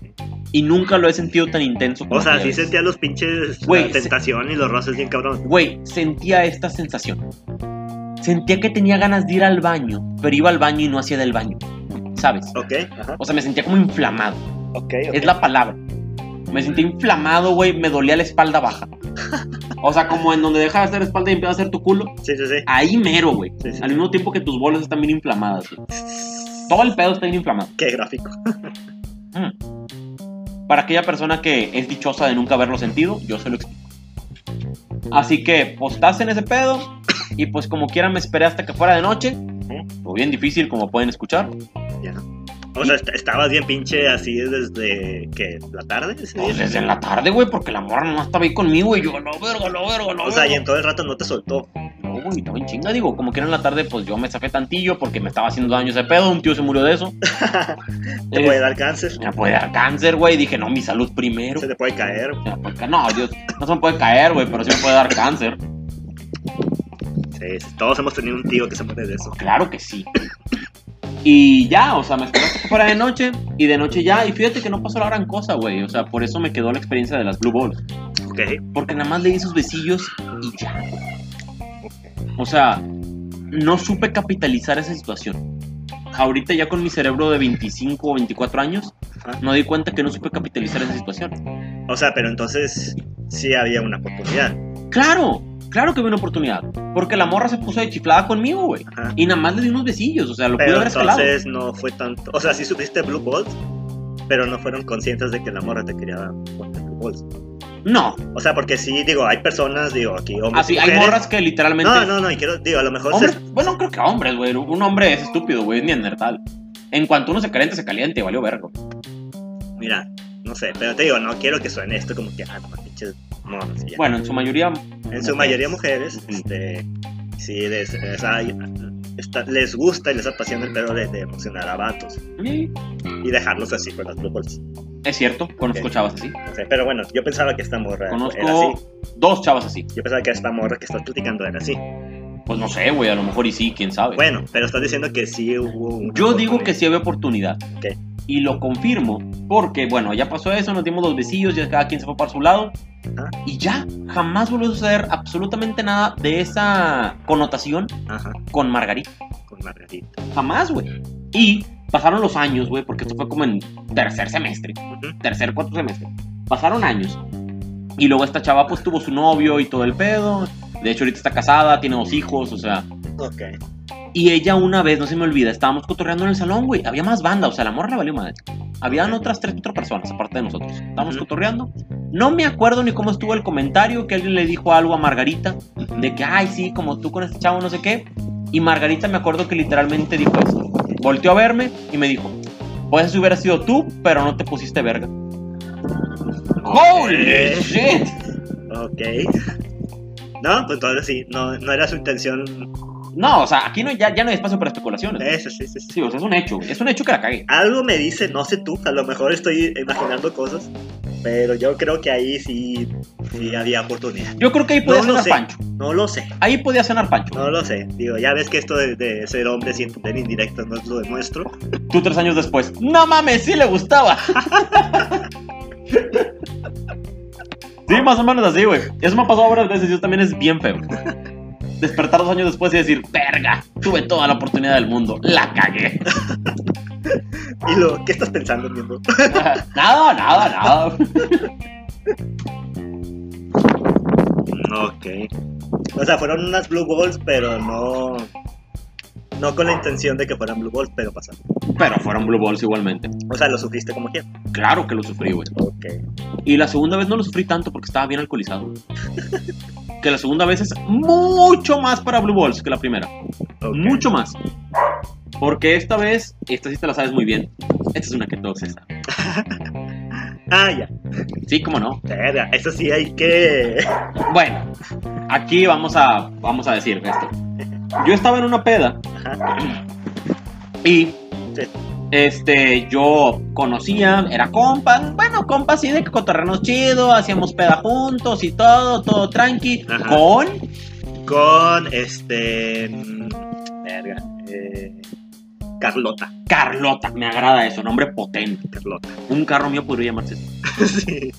Y nunca lo he sentido tan intenso como O sea, aquella sí vez. sentía los pinches Güey, la tentación y los roces bien cabrón. Güey, sentía esta sensación. Sentía que tenía ganas de ir al baño, pero iba al baño y no hacía del baño. ¿Sabes? Ok, ajá. O sea, me sentía como inflamado. Ok, Es la palabra. Me sentí inflamado, güey. Me dolía la espalda baja. O sea, como en donde deja de hacer espalda y empieza a hacer tu culo. Sí, sí, sí. Ahí mero, güey. Sí, sí. Al mismo tiempo que tus bolas están bien inflamadas, güey. Todo el pedo está bien inflamado. Qué gráfico. Mm. Para aquella persona que es dichosa de nunca haberlo sentido, yo se lo explico. Así que, pues estás en ese pedo. Y pues como quiera me esperé hasta que fuera de noche. Fue bien difícil, como pueden escuchar. Ya. O sea, est- estabas bien pinche así desde que la tarde. ese Pues día? desde en la tarde, güey, porque la morra nomás estaba ahí conmigo. Y yo, lo verga, lo verga, lo O sea, y verga. Pues, en todo el rato no te soltó. No, güey, estaba en chinga. Digo, como quiera en la tarde, pues yo me zafé tantillo porque me estaba haciendo daño ese pedo. Un tío se murió de eso. Te puede dar cáncer, me puede dar cáncer, güey. Dije, no, mi salud primero. se te puede caer. Se me puede ca- No, Dios, no se me puede caer, güey, pero sí me puede dar cáncer. Sí, sí, todos hemos tenido un tío que se muere de eso. Claro que sí. Y ya, o sea, me esperé hasta que fuera de noche y de noche ya. Y fíjate que no pasó la gran cosa, güey. O sea, por eso me quedó la experiencia de las Blue Balls. Ok. Porque nada más le di sus besillos y ya. O sea, no supe capitalizar esa situación. Ahorita ya con mi cerebro de 25 o 24 años, Ajá. no di cuenta que no supe capitalizar esa situación. O sea, pero entonces sí había una oportunidad. Claro, claro que vi una oportunidad. Porque la morra se puso de chiflada conmigo, güey. Ajá. Y nada más le di unos besillos, o sea, lo pude Pero haber escalado. entonces no fue tanto. O sea, sí supiste Blue Balls, pero no fueron conscientes de que la morra te quería poner Blue Balls. No, O sea, porque sí, digo, hay personas, digo, aquí hombres. así y Ah, hay mujeres. morras que literalmente. No, no, no, y quiero, digo, a lo mejor. se- hombres- bueno, creo que hombres, güey. Un hombre es estúpido, güey, es neandertal. En cuanto uno se caliente, se caliente, valió vergo. Mira, no sé, pero te digo, no quiero que suene esto como que, ah, no, pinches morras. y ya. Bueno, en su mayoría. en su mayoría mujeres, este, sí, les, les, hay- está- les gusta y les apasiona el pedo de, de emocionar a vatos Sí, y dejarlos así con las Blue Balls. Es cierto, conozco Ok. chavas así. No sé, pero bueno, yo pensaba que esta morra era Conozco así. dos chavas así. Yo pensaba que esta morra que estás platicando era así. Pues no sé, güey, a lo mejor y sí, quién sabe. Bueno, pero estás diciendo que sí hubo un. Yo digo que sí había oportunidad. Ok. Y lo confirmo, porque bueno, ya pasó eso, nos dimos los besillos, ya cada quien se fue para su lado. Ajá. Y ya, jamás volvió a suceder absolutamente nada de esa connotación Ajá, con Margarita. con Margarita. Jamás, güey. Y pasaron los años, güey, porque esto fue como en tercer semestre, Ujú. tercer, cuarto semestre. Pasaron años. Y luego esta chava, pues tuvo su novio y todo el pedo. De hecho, ahorita está casada, tiene dos hijos, o sea. Ok. Y ella una vez, no se me olvida, estábamos cotorreando en el salón, güey. Había más banda, o sea, la morra le valió madre. Habían otras tres, cuatro personas, aparte de nosotros. Estábamos Ujú. cotorreando. No me acuerdo ni cómo estuvo el comentario que alguien le dijo algo a Margarita de que, ay, sí, como tú con este chavo, no sé qué. Y Margarita me acuerdo que literalmente dijo eso. Volteó a verme y me dijo, pues eso hubiera sido tú, pero no te pusiste verga. ¡Holy Ok. shit! Ok. No, pues entonces sí, no, no era su intención. No, o sea, aquí no, ya, ya no hay espacio para especulaciones. Eso, sí, sí, sí. Sí, o sea, es un hecho, güey. es un hecho que la cagué. Algo me dice, no sé tú, a lo mejor estoy imaginando cosas, pero yo creo que ahí sí, sí había oportunidad. Yo creo que ahí podía No lo cenar sé. Pancho. No lo sé, Ahí podía cenar Pancho. no lo sé. Digo, ya ves que esto de, de ser hombre sin tener indirectas no lo demuestro. Tú tres años después. No mames, sí le gustaba. Sí, más o menos así, güey. Eso me ha pasado varias veces y eso también es bien feo. Despertar dos años después y decir, verga, tuve toda la oportunidad del mundo, la cagué. Y lo, ¿qué estás pensando, miembro? nada, nada, nada. Ok. O sea, fueron unas blue balls, pero no. No con la intención de que fueran blue balls, pero pasaron. Pero fueron Blue Balls igualmente. O sea, lo sufriste como quieras. Claro que lo sufrí, güey. Ok. Y la segunda vez no lo sufrí tanto porque estaba bien alcoholizado. que la segunda vez es mucho más para Blue Balls que la primera. ok. Mucho más. Porque esta vez, esta sí te la sabes muy bien. Esta es una que todos se saben. Ah, ya. Sí, cómo no. Verga, eso sí hay que. Bueno, aquí vamos a, vamos a decir esto. Yo estaba en una peda Ajá. y Sí. este, yo conocía, era compa, bueno, compa así de que cotorrenos chido, hacíamos peda juntos y todo, todo tranqui, Ajá. con Con este. mm, Verga. eh, Carlota. Carlota, me agrada eso, nombre potente. Carlota. Un carro mío podría llamarse así. sí.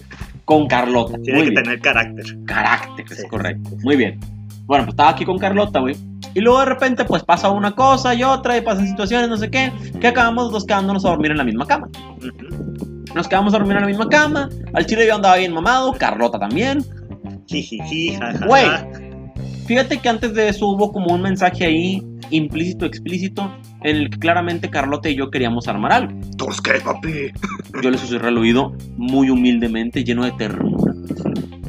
Con Carlota. Tiene Muy que bien. tener carácter. Carácter, es Sí. correcto. Muy bien. Bueno, pues estaba aquí con Carlota, güey. Y luego de repente, pues pasa una cosa y otra, y pasan situaciones, no sé qué, que acabamos dos quedándonos a dormir en la misma cama. Ujú. Nos quedamos a dormir en la misma cama. Al chile yo andaba bien mamado, Carlota también. Jijiji, jajaja. Güey. Fíjate que antes de eso hubo como un mensaje ahí, implícito, explícito, en el que claramente Carlota y yo queríamos armar algo. ¿Tos qué, papi? Yo le susurré al oído muy humildemente, lleno de ternura.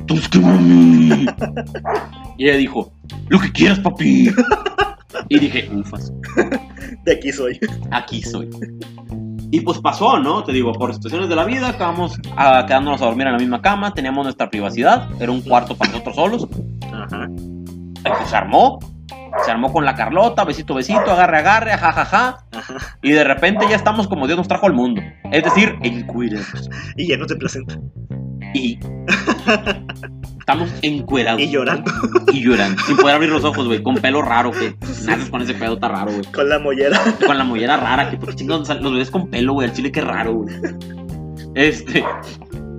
"Tus que mami". Y ella dijo, lo que quieras, papi. Y dije, ufas, De aquí soy. aquí soy. Y pues pasó, ¿no? Te digo, por situaciones de la vida, acabamos ah, quedándonos a dormir en la misma cama, teníamos nuestra privacidad, era un cuarto para nosotros solos. Ajá. Y pues se armó, se armó con la Carlota, besito, besito, agarre, agarre, jajaja. Ajá. Y de repente ya estamos como Dios nos trajo al mundo. Es decir, encuerados. Y llenos de placenta. y estamos encuerados Y llorando y llorando sin poder abrir los ojos, güey, con pelo raro, que Pues naces con ese pedo está raro, güey. con la mollera. Con la mollera rara, que por qué chingados sal- los ves con pelo, güey, al chile qué raro, güey. Este,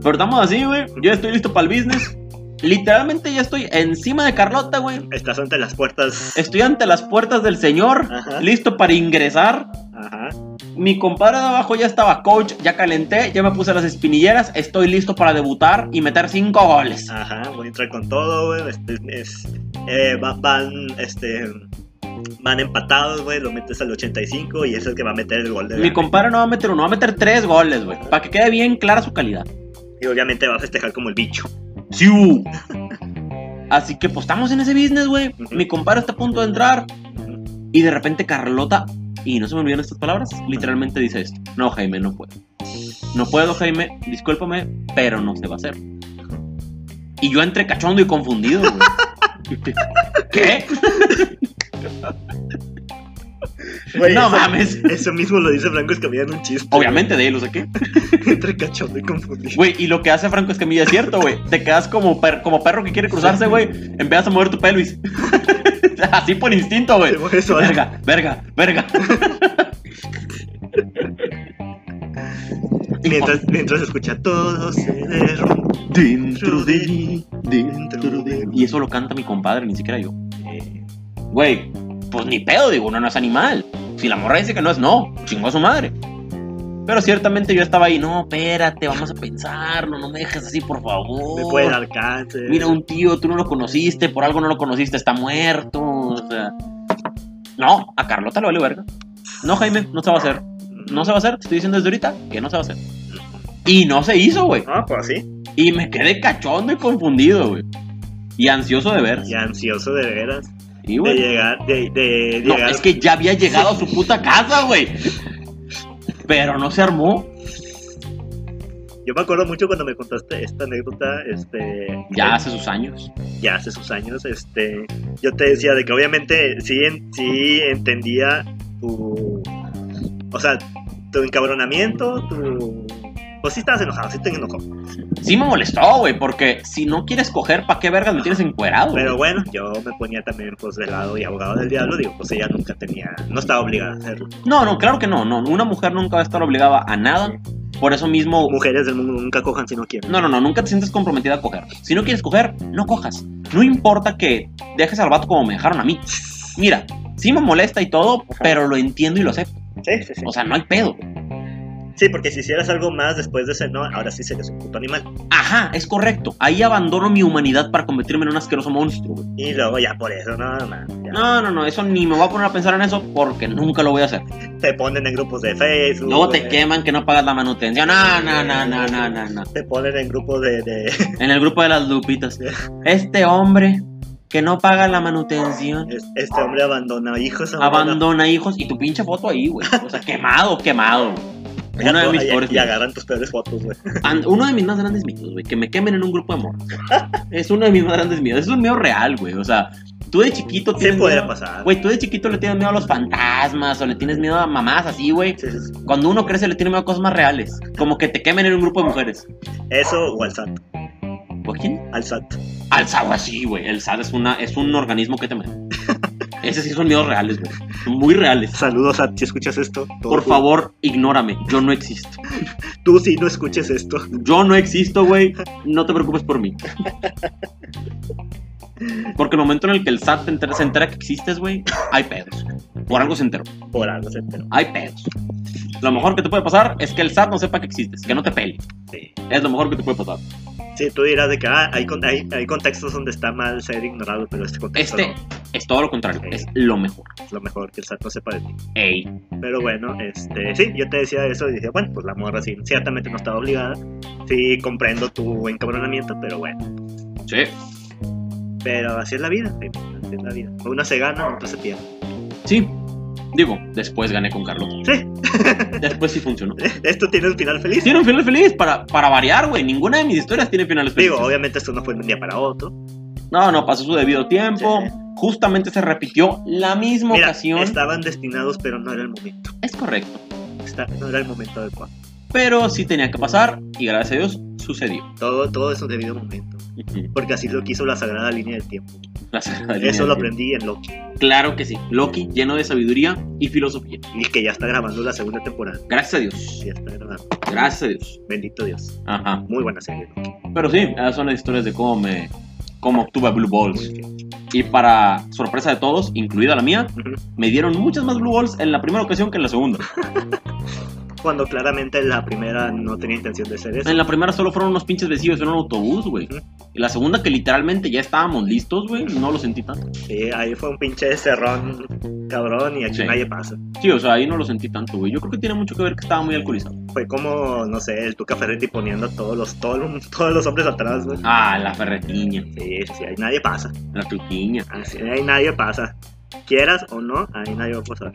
pero estamos así, güey. Yo estoy listo para el business. Literalmente ya estoy encima de Carlota, güey. Estás ante las puertas. Estoy ante las puertas del señor, Ajá. listo para ingresar. Ajá. Mi compadre de abajo ya estaba coach, ya calenté, ya me puse las espinilleras, estoy listo para debutar y meter cinco goles. Ajá, voy a entrar con todo, güey. este, es- eh, va- van, este, van empatados, güey. Lo metes al 85 y es el que va a meter el gol de Mi gane. compadre no va a meter uno, va a meter tres goles, güey. Para que quede bien clara su calidad. Y obviamente va a festejar como el bicho. ¡Siu! Así que pues estamos en ese business, güey. Ujú. Mi compadre está a punto de entrar. Ujú. Y de repente Carlota, y no se me olvidan estas palabras, literalmente dice esto. No, Jaime, no puedo. No puedo, Jaime, discúlpame, pero no se va a hacer. Y yo entre cachondo y confundido, güey. ¿Qué? Güey, no eso- mames. Eso mismo lo dice Franco Escamilla en un chiste. Obviamente de ahí lo saqué. güey. Entre cachondo y confundido. Güey, y lo que hace Franco Escamilla es cierto, güey. Te quedas como, per- como perro que quiere cruzarse, güey. Empiezas a mover tu pelo y... Así por instinto, güey. Te mueres solo. Verga, verga, verga. Mientras, mientras escucha todo se derrumba. Dentro de mí, dentro de mí. Y eso lo canta mi compadre, ni siquiera yo. Güey, pues ni pedo, digo, uno no es animal. Si la morra dice que no es, no. Chingó a su madre. Pero ciertamente yo estaba ahí, no, espérate, vamos a pensarlo, no me dejes así, por favor. Me puede dar cáncer. Mira, un tío, tú no lo conociste, por algo no lo conociste, está muerto. O sea. No, a Carlota le vale verga. No, Jaime, no se va a hacer. No se va a hacer, te estoy diciendo desde ahorita que no se va a hacer. Y no se hizo, güey. Ah, pues sí. Y me quedé cachondo y confundido, güey. Y ansioso de ver. Y ansioso de veras. Y, De güey. llegar, de, de No, llegar. es que ya había llegado a su puta casa, güey. Pero no se armó. Yo me acuerdo mucho cuando me contaste esta anécdota, este, Ya hace sus años. ya hace sus años, este, yo te decía de que obviamente sí, en- sí entendía tu, o sea, tu encabronamiento, tu, pues sí estabas enojado, sí te enojó, Sí me molestó, güey, porque si no quieres coger, ¿pa' qué vergas me tienes encuerado? güey? pero bueno, yo me ponía también pues de lado y abogado del diablo, digo, pues ella nunca tenía, no estaba obligada a hacerlo, No, no, claro que no, no. Una mujer nunca va a estar obligada a nada. Por eso mismo. Mujeres del mundo nunca cojan si no quieren. No, no, no, nunca te sientes comprometida a coger. Si no quieres coger, no cojas. No importa que dejes al vato como me dejaron a mí. Mira, sí me molesta y todo, Ajá. pero lo entiendo y lo acepto. Sí, sí, sí. O sea, no hay pedo. Sí, porque si hicieras algo más después de ese no, ahora sí serías un puto animal. Ajá, es correcto. Ahí abandono mi humanidad para convertirme en un asqueroso monstruo, güey. Y luego ya por eso, no, no, ya. No, no, no, eso ni me voy a poner a pensar en eso porque nunca lo voy a hacer. Te ponen en grupos de Facebook. Luego te eh, queman que no pagas la manutención. No, no, no, no, no, no, no. Te ponen en grupos de, de- En el grupo de las lupitas. Este hombre que no paga la manutención es- Este hombre abandona hijos. abandona hijos y tu pinche foto ahí, güey. O sea, quemado, quemado. Ya Uno de to- mis y- peores Y miedos. agarran tus peores fotos, güey. And- Uno de mis más grandes miedos, güey, que me quemen en un grupo de morros. Es uno de mis más grandes miedos. Es un miedo real, güey. O sea, tú de chiquito Sí tienes podría miedo- pasar. Güey, tú de chiquito le tienes miedo a los fantasmas o le tienes miedo a mamás así, güey. Sí, sí, sí. Cuando uno crece le tiene miedo a cosas más reales. Como que te quemen en un grupo de mujeres. Eso o al SAT. ¿O a quién? Al SAT. Al SAD, así, güey. El SAD es, una, es un organismo que te mata. Ese sí son miedos reales, güey. Muy reales. Saludos, SAT, si escuchas esto. todo Por tú- favor, ignórame. Yo no existo. Tú sí no escuches esto. Yo no existo, güey. No te preocupes por mí. Porque el momento en el que el SAT te entera- se entera que existes, güey, hay pedos. Por algo se enteró. Por algo se enteró. Hay pedos. Lo mejor que te puede pasar es que el SAT no sepa que existes, que no te pele. Sí. Es lo mejor que te puede pasar. Sí, tú dirás de que ah, hay, con- hay, hay contextos donde está mal ser ignorado, pero este contexto Este no, es todo lo contrario. Es lo mejor. es lo mejor que el SAT no sepa de ti. Ey. Pero bueno, este, sí, yo te decía eso y dije, bueno, pues la morra sí, ciertamente no estaba obligada. Sí, comprendo tu encabronamiento, pero bueno. Sí. Pero así es la vida, sí, así es la vida. Una se gana, otra se pierde. Sí. Digo, después gané con Carlos. Sí. eh, Después sí funcionó. Esto tiene un final feliz. Tiene un final feliz para, para variar, güey. Ninguna de mis historias tiene finales Digo, felices. obviamente esto no fue de un día para otro. No, no, pasó su debido tiempo. Sí. Justamente se repitió la misma Mira, ocasión. estaban destinados, pero no era el momento. Es correcto. Está- no era el momento adecuado. Pero sí tenía que pasar y gracias a Dios sucedió. Todo, todo es un debido momento. Porque así lo quiso la sagrada línea del tiempo. La Sagrada Eso Línea. lo aprendí en Loki. Claro que sí. Loki, lleno de sabiduría y filosofía. Y que ya está grabando la segunda temporada. Gracias a Dios. Ya está grabando. Gracias a Dios. Bendito Dios. Ajá. Muy buena serie. Loki. Pero sí, esas son las historias de cómo me. cómo obtuve Blue Balls. Y para sorpresa de todos, incluida la mía, Ujú. me dieron muchas más Blue Balls en la primera ocasión que en la segunda. Cuando claramente la primera no tenía intención de ser eso. En la primera solo fueron unos pinches besillos en un autobús, güey. Ujú. Y la segunda que literalmente ya estábamos listos, güey, no lo sentí tanto. Sí, ahí fue un pinche cerrón cabrón y aquí Sí. nadie pasa. Sí, o sea, ahí no lo sentí tanto, güey. Yo creo que tiene mucho que ver que estaba muy alcoholizado. Fue como, no sé, el Tuca Ferretti poniendo a todos los, todos, todos los hombres atrás, güey. Ah, la ferretiña, Sí, sí, ahí nadie pasa. la truquiña. Así, ahí nadie pasa. Quieras o no, ahí nadie va a pasar.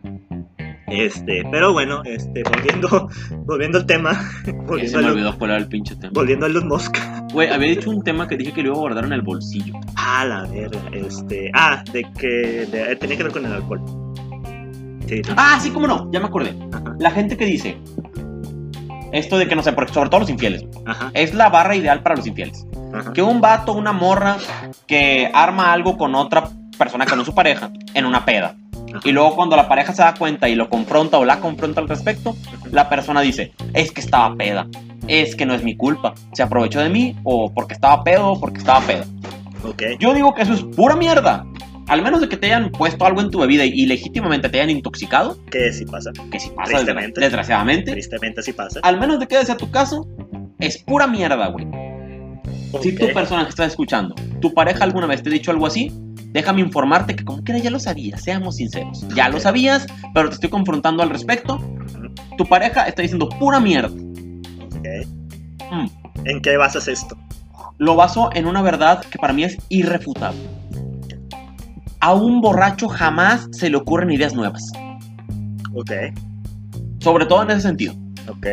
Este, pero bueno, este, volviendo, volviendo al tema, Ya se volviendo me a, Elon, olvidó cuál era el pinche tema. volviendo a Elon Musk. Güey, había dicho un tema que dije que lo iba a guardar en el bolsillo. Ah, la verga, este, ah, de que de- tenía que ver con el alcohol. Sí, sí. Ah, sí, cómo no, ya me acordé. Ajá. La gente que dice esto de que no sé, porque sobre todo los infieles, güey, ajá, es la barra ideal para los infieles. ajá. Que un vato, una morra, que arma algo con otra persona que no es su pareja en una peda. Y luego cuando la pareja se da cuenta y lo confronta o la confronta al respecto, la persona dice, es que estaba peda, es que no es mi culpa, se aprovechó de mí o porque estaba pedo o porque estaba peda. Ok, Yo digo que eso es pura mierda. Al menos de que te hayan puesto algo en tu bebida y, y legítimamente te hayan intoxicado, que sí pasa, que si pasa desgra- Tristemente. desgraciadamente, tristemente sí pasa. al menos de que sea tu caso, es pura mierda, güey. Si tu Ok. persona que estás escuchando, tu pareja alguna vez te ha dicho algo así, déjame informarte que como quiera ya lo sabías, seamos sinceros. Ya lo Ok. sabías, pero te estoy confrontando al respecto. Tu pareja está diciendo pura mierda. Ok. Mm. ¿En qué basas esto? Lo baso en una verdad que para mí es irrefutable. A un borracho jamás se le ocurren ideas nuevas. Ok, Sobre todo en ese sentido. ok.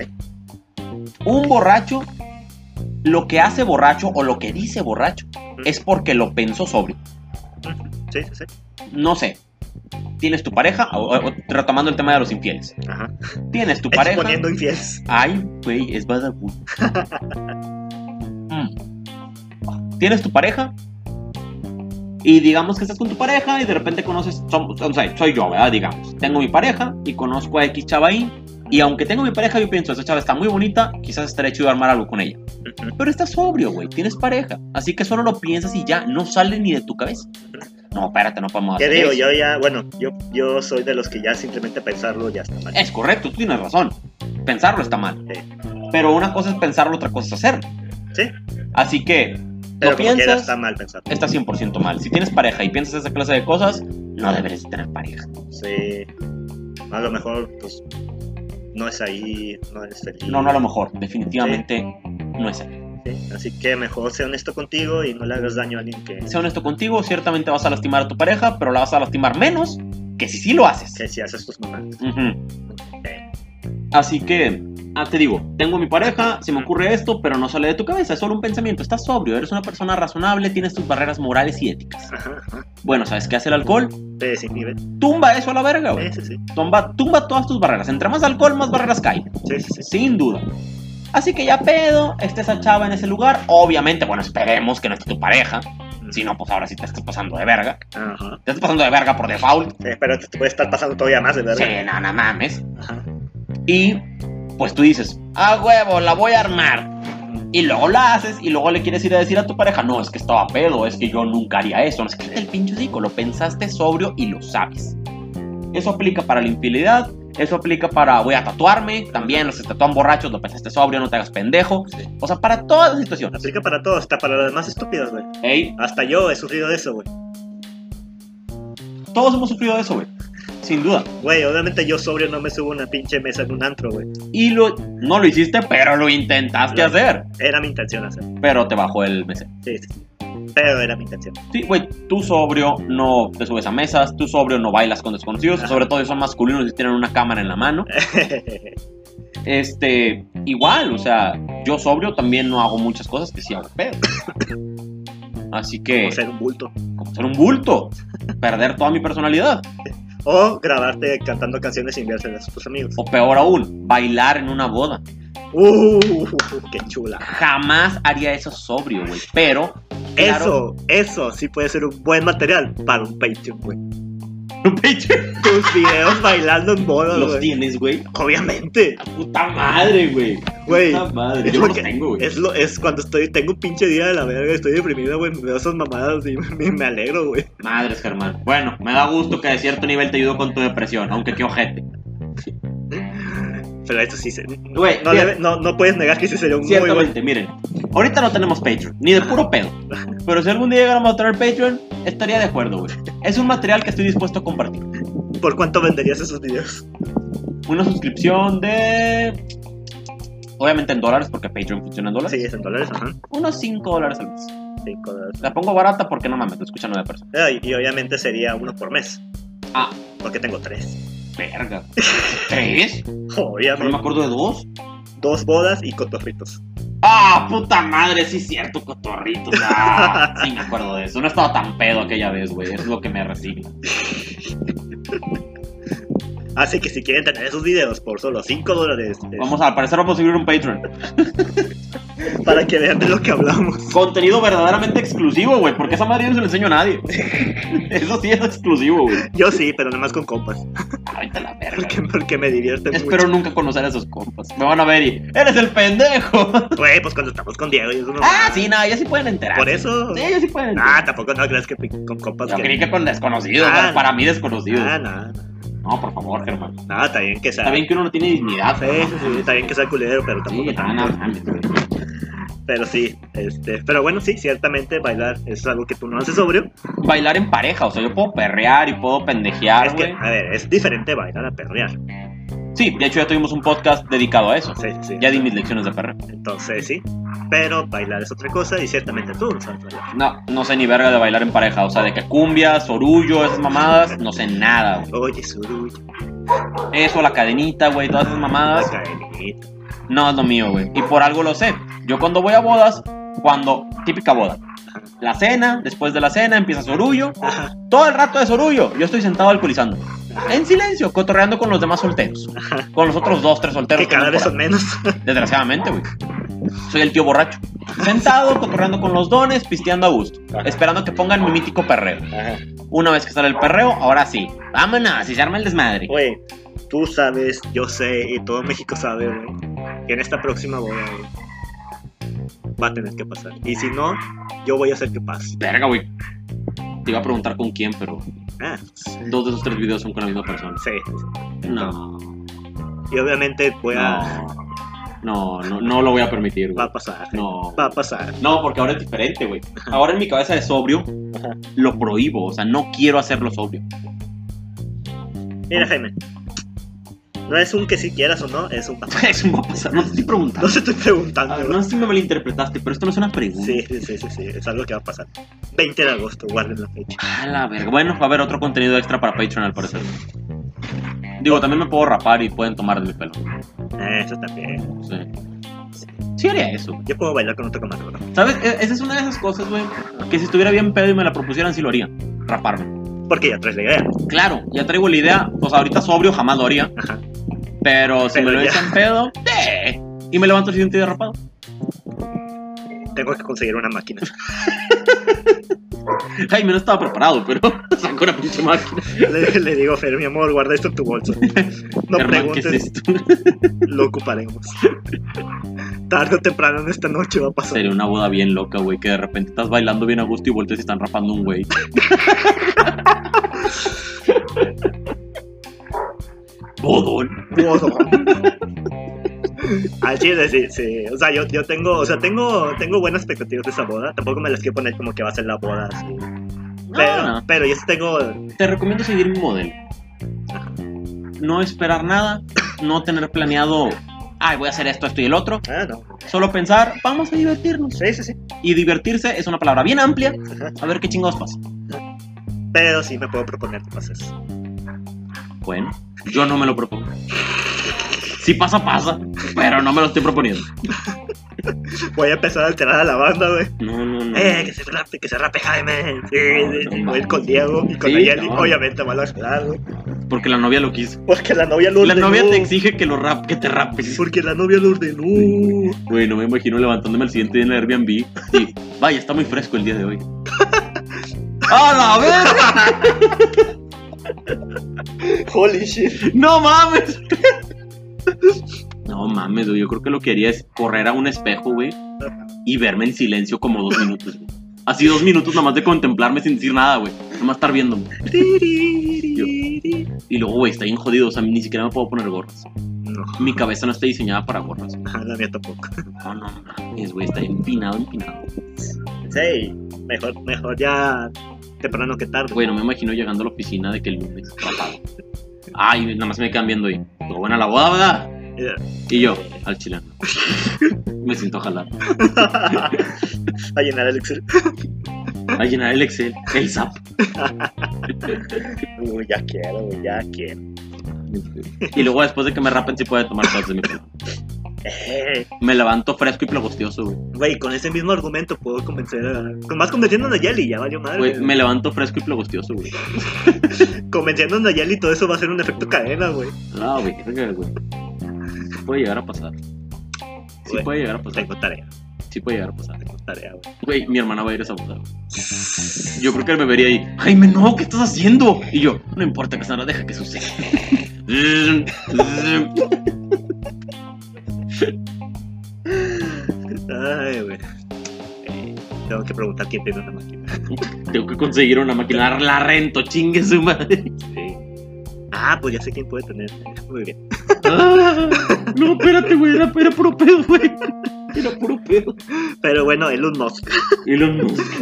Un borracho, lo que hace borracho o lo que dice borracho, es porque lo pensó sobrio. Mm, Sí, sí, sí. No sé. Tienes tu pareja, o- o- retomando el tema de los infieles. Ajá. Tienes tu pareja. Exponiendo infieles. Ay, güey, es Badabun. Mm. Tienes tu pareja. Y digamos que estás con tu pareja y de repente conoces. som- o sea, soy yo, ¿verdad? Digamos. Tengo mi pareja y conozco a X chava ahí. Y aunque tengo mi pareja, yo pienso, esa chava está muy bonita, quizás estaría chido armar algo con ella. Ujú. Pero estás sobrio, güey, tienes pareja. Así que solo lo piensas y ya, no sale ni de tu cabeza. No, espérate, no podemos ¿Qué hacer digo? eso. Yo ya, bueno, yo, yo soy de los que ya simplemente pensarlo ya está mal. Es correcto, tú tienes razón. Pensarlo está mal. Sí. Pero una cosa es pensarlo, otra cosa es hacerlo. Sí. Así Pero que, como lo quiera piensas, está mal pensarlo. está 100% mal. Si tienes pareja y piensas esa clase de cosas, no deberías tener pareja. Sí. A lo mejor, pues, no es ahí, no es feliz. No, no a lo mejor. Definitivamente no es así. Sí, Así que mejor sea honesto contigo y no le hagas daño a alguien que, Sé honesto contigo, ciertamente vas a lastimar a tu pareja, pero la vas a lastimar menos que si sí lo haces. que si haces tus mamadas. Ujú. Así que, ah, te digo, tengo a mi pareja, se me ocurre esto, pero no sale de tu cabeza, es solo un pensamiento, estás sobrio, eres una persona razonable, tienes tus barreras morales y éticas. Ajá, ajá. Bueno, ¿sabes qué hace el alcohol? Te desinhibe. Tumba eso a la verga, güey. Sí, sí, sí. Tumba, tumba todas tus barreras. Entre más alcohol, más barreras caen. Sí, sí, sí. Sin duda. Así que ya pedo, esté esa chava en ese lugar. Obviamente, bueno, esperemos que no esté tu pareja. Si no, pues ahora sí te estás pasando de verga. Mm. Ajá. Te estás pasando de verga por default. Sí, Eh, pero te puede estar pasando todavía más, de Sí, verdad. no, no mames. Ajá. Y pues tú dices, ah, huevo, la voy a armar. Y luego la haces y luego le quieres ir a decir a tu pareja, no, es que estaba pedo, es que yo nunca haría eso. No es que el pinche hocico, lo pensaste sobrio y lo sabes. Eso aplica para la infidelidad, eso aplica para voy a tatuarme, también los que se tatúan borrachos, lo pensaste sobrio, no te hagas pendejo. Sí. O sea, para todas las situaciones. Aplica para todos, hasta para los más estúpidos, güey. Ey, Hasta yo he sufrido de eso, güey. todos hemos sufrido de eso, güey. Sin duda. Güey, obviamente yo sobrio no me subo a una pinche mesa en un antro, güey. Y lo, no lo hiciste, pero lo intentaste Lo- hacer. Era mi intención hacerlo. Pero te bajó el mesero. Sí, sí, sí. Pero era mi intención. Sí, güey, tú sobrio no te subes a mesas, tú sobrio no bailas con desconocidos, Ajá. sobre todo si son masculinos y tienen una cámara en la mano. Este, igual, o sea, yo sobrio también no hago muchas cosas que sí hago pedo. Así que, o ser un bulto. como ser un bulto, perder toda mi personalidad. O grabarte cantando canciones y enviárselas a tus amigos. O peor aún, bailar en una boda. ¡Uh! ¡Qué chula! Jamás haría eso sobrio, güey. Pero, claro, Eso, eso sí puede ser un buen material para un Patreon, güey. Tus videos bailando en bodas, los güey. tienes, güey. Obviamente, Puta madre, güey. güey. Puta madre. es Yo lo los que- tengo, güey. Es, lo, es cuando estoy, tengo un pinche día de la verga, estoy deprimido, güey, me veo esas mamadas y me, me alegro, güey. Madres, Germán. Bueno, me da gusto que de cierto nivel te ayudó con tu depresión, aunque qué ojete. Pero eso sí, se, Güey, no, mira, le- no, no puedes negar que sí sería un muy buen... ciertamente, miren. Ahorita no tenemos Patreon, ni de puro pedo. Pero si algún día llegáramos a tener Patreon, estaría de acuerdo, güey. Es un material que estoy dispuesto a compartir. ¿Por cuánto venderías esos videos? Una suscripción de. Obviamente en dólares, porque Patreon funciona en dólares. Sí, es en dólares, ajá. Unos 5 dólares al mes. Cinco dólares. La pongo barata porque no mames, lo escuchan nueve personas. Ah, Y, y obviamente sería uno por mes, Ah, porque tengo tres. verga. ¿Tres? No me Obviamente. acuerdo de dos. Dos bodas y cotorritos. ¡Ah, puta madre! Sí, es cierto, cotorritos. Ah, sí, me acuerdo de eso. No estaba tan pedo aquella vez, güey. Es lo que me resigna. Así que si quieren tener esos videos por solo 5 dólares, este, es Vamos a, al parecer, vamos a subir un Patreon. para que vean de lo que hablamos. Contenido verdaderamente exclusivo, güey. Porque esa madre yo no se la enseño a nadie. Eso sí es exclusivo, güey. Yo sí, pero nada más con compas, Ay, te la verga. porque, porque me divierten Espero nunca conocer a esos compas. Me van a ver y. ¡Eres el pendejo! mucho. Güey, pues cuando estamos con Diego y eso no... ah, sí, no, ya sí pueden enterar. Por eso... Sí, ellos sí pueden Ah, enterar. tampoco no creas que pi- con compas Yo que... creí que con desconocidos, Ah. güey, para mí desconocidos. Ah, nada, nada, No, por favor, Germán. nada, está bien que sea... Está bien que uno no tiene dignidad. Sí, pero sí, no sí, está bien que sea culero, pero Sí, tampoco no, tan- no, mames, güey. Pero sí, este... Pero bueno, sí, ciertamente bailar es algo que tú no haces sobrio. bailar en pareja, o sea, yo puedo perrear y puedo pendejear, es que, Ah, güey. a ver, es diferente bailar a perrear. Sí, de hecho ya tuvimos un podcast dedicado a eso. Sí, sí. Ya di mis lecciones de perreo. Entonces, sí. Pero bailar es otra cosa y ciertamente tú no sabes bailar. No, no sé ni verga de bailar en pareja, o sea, de que cumbias, orullo, esas mamadas, no sé nada, Ah, güey. Oye, suruy, Eso, la cadenita, güey, todas esas la mamadas, cadenita. no es lo mío, güey. Y por algo lo sé. Yo cuando voy a bodas, cuando, típica boda, la cena, después de la cena empiezas orullo, Ajá. todo el rato es orullo, yo estoy sentado alcoholizando. En silencio, cotorreando con los demás solteros. Con los otros dos, tres solteros. Que cada andan vez por son ahí. menos. Desgraciadamente, güey. Soy el tío borracho. Sentado, cotorreando con los dones, pisteando a gusto. Ajá. Esperando que pongan mi mítico perreo. Una vez que sale el perreo, ahora sí. Vámonos, y se arma el desmadre. Güey, tú sabes, yo sé y todo México sabe, güey, que en esta próxima boda, güey, va a tener que pasar. Y si no, yo voy a hacer que pase. Verga, güey. Te iba a preguntar con quién, pero Ah, dos de esos tres videos son con la misma persona. sí. No. Y obviamente voy a... No. No, no, no lo voy a permitir, va güey. a pasar. No. Va a pasar. No, porque ahora es diferente, güey. Ahora en mi cabeza de sobrio Ajá. lo prohíbo. O sea, no quiero hacerlo sobrio. Mira, Jaime. No es un que si quieras o no, es un papá. Eso no va a pasar. No te estoy No preguntando. te estoy A preguntando. ver, güey. Ah, no sé si me malinterpretaste, pero esto no es una pregunta. Sí, sí, sí, sí, sí, es algo que va a pasar. 20 de agosto, guarden la fecha. A la verga. Bueno, va a haber otro contenido extra para Patreon al parecer. Digo, también me puedo rapar y pueden tomar de mi pelo. Ah, Eso también. Sí. Sí haría eso. güey. Yo puedo bailar con otro camarógrafo. ¿Sabes? E- Esa es una de esas cosas, güey, que si estuviera bien pedo y me la propusieran, sí lo haría. Raparme. Porque ya traes la idea. Claro, ya traigo la idea. O sea, ahorita sobrio jamás lo haría. Ajá. Pero si me Pero lo ya. echan pedo, ¡eh! Y me levanto el siguiente día rapado. Tengo que conseguir una máquina. Jaime no estaba preparado, pero sacó una pinche máquina. Le, le digo, Fer, mi amor, guarda esto en tu bolso. No Hermano, ¿qué preguntes, es esto? lo ocuparemos. Tarde o temprano en esta noche va a pasar. Sería una boda bien loca, güey, que de repente estás bailando bien a gusto y volteas y están rapando un güey. Bodón. Todo. Así es, sí, sí. O sea, yo, yo tengo, o sea, tengo, tengo buenas expectativas de esa boda. Tampoco me las quiero poner como que va a ser la boda. así. Pero, No, no. pero yo sí tengo ah, Te recomiendo seguir mi modelo. No esperar nada, no tener planeado, ay, voy a hacer esto, esto y el otro. Ah, no. Solo pensar, vamos a divertirnos. Sí, sí, sí. Y divertirse es una palabra bien amplia. A ver qué chingados pasa. Pero sí me puedo proponer que pases. Bueno, yo no me lo propongo. Si pasa, pasa, pero no me lo estoy proponiendo. Voy a empezar a alterar a la banda, güey. No, no, no. Eh, que se rape, que se rape Jaime. Sí, sí, sí. Voy a ir con Diego y con Sí, Ayeli. no. Obviamente van a esperar, güey. Porque la novia lo quiso. Porque la novia lo La ordenó. novia te exige que lo rap, que te rapes. Porque la novia lo ordenó. Güey, no me imagino levantándome al siguiente día en la Airbnb. Y, vaya, está muy fresco el día de hoy. ¡A la verga! Holy shit. ¡No mames! No mames, güey. Yo creo que lo que haría es correr a un espejo, güey. Y verme en silencio como dos minutos, güey. Así dos minutos nomás de contemplarme sin decir nada, güey. Nomás estar viéndome. Tiririri. Y luego, güey, está bien jodido. O sea, ni siquiera me puedo poner gorras. No, Mi cabeza no está diseñada para gorras. ajá, la mía tampoco. No, no mames, güey. Está empinado, empinado. Sí, mejor, mejor ya temprano que tarde. Güey, no me imagino llegando a la oficina de que el lunes rapado. Ay, nada más me quedan viendo ahí. Pero bueno, a la boda, ¿verdad? Eh. Y yo, al chileno. Me siento jalado. a llenar el Excel. A llenar el Excel, el SAP. Uy, ya quiero, güey, ya quiero. Y luego después de que me rapen sí puede tomar fotos de mi pelo. Eh, Me levanto fresco y plagostioso, güey. Güey, con ese mismo argumento puedo convencer a. Con más convenciendo a Nayeli, ya valió madre. Güey, güey. me levanto fresco y plagostioso, güey. Convenciendo a Nayeli, todo eso va a ser un efecto cadena, güey. No, güey, qué verga, güey. Sí puede llegar a pasar. Sí Güey, puede llegar a pasar. Tengo tarea, Sí puede llegar a pasar. tengo tarea, güey. Güey, mi hermana va a ir a esa boda. güey. Yo creo que él me vería ahí, Jaime, no, ¿qué estás haciendo? Y yo, no importa, Casandra, deja que suceda. Ay, güey. Eh, Tengo que preguntar quién tiene una máquina. Tengo que conseguir una máquina, la rento, chingue su madre. Sí. Ah, pues ya sé quién puede tener. Muy bien. Ah, no, espérate, güey, era, era puro pedo, güey. Era puro pedo. Pero bueno, Elon Musk. Elon Musk.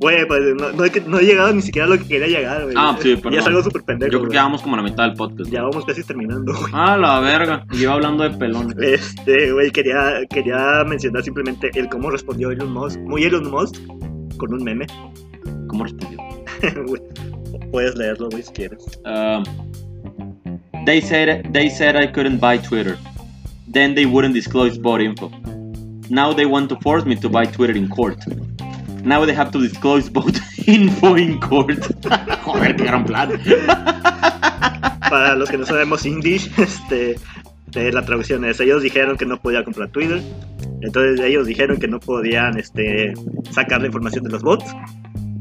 Güey, pues no, no he, que- no he llegado ni siquiera a lo que quería llegar, güey. Ah, sí, Ya es perdón. algo súper pendejo. Yo creo que güey. ya vamos como a la mitad del podcast. Ya vamos casi terminando, güey. Ah, la verga. Y yo hablando de pelón. Este, güey, quería, quería mencionar simplemente el cómo respondió Elon Musk. Muy Elon Musk, con un meme. ¿Cómo respondió? Güey, Puedes leerlo, güey, si quieres. Um, they said they said I couldn't buy Twitter. Then they wouldn't disclose bot info. Now they want to force me to buy Twitter in court. Now they have to disclose bot info in court. Joder, qué gran plan. Para los que no sabemos English, este, eh, la traducción es, ellos dijeron que no podía comprar Twitter, entonces ellos dijeron que no podían este, sacar la información de los bots,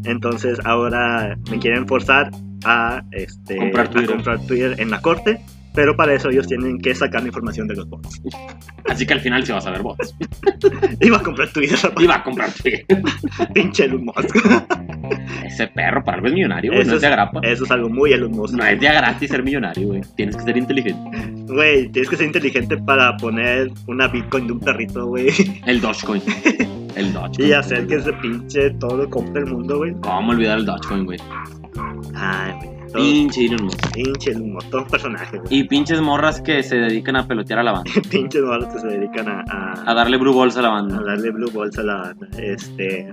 entonces ahora me quieren forzar a, este, Comprar a Twitter. comprar Twitter en la corte, Pero para eso ellos tienen que sacar la información de los bots. Así que al final se va a saber bots. Iba a comprar Twitter, Iba a comprar Twitter. pinche Elon Musk. Ese perro para algo es millonario, güey. Eso No es- es de agrapa. Eso es algo muy Elon Musk. No es de gratis ser millonario, güey. Tienes que ser inteligente. Güey, tienes que ser inteligente para poner una Bitcoin de un perrito, güey. El Dogecoin. El Dogecoin. Y hacer que se pinche todo lo compre el mundo, güey. ¿Cómo olvidar el Dogecoin, güey? Ay, güey. Todo Pinche Elon Musk. pinche Elon Musk. Todos personajes, güey. Y pinches morras que se dedican a pelotear a la banda. Pinches malos que se dedican a, a- A darle blue balls a la a banda. darle blue balls a la banda. Este.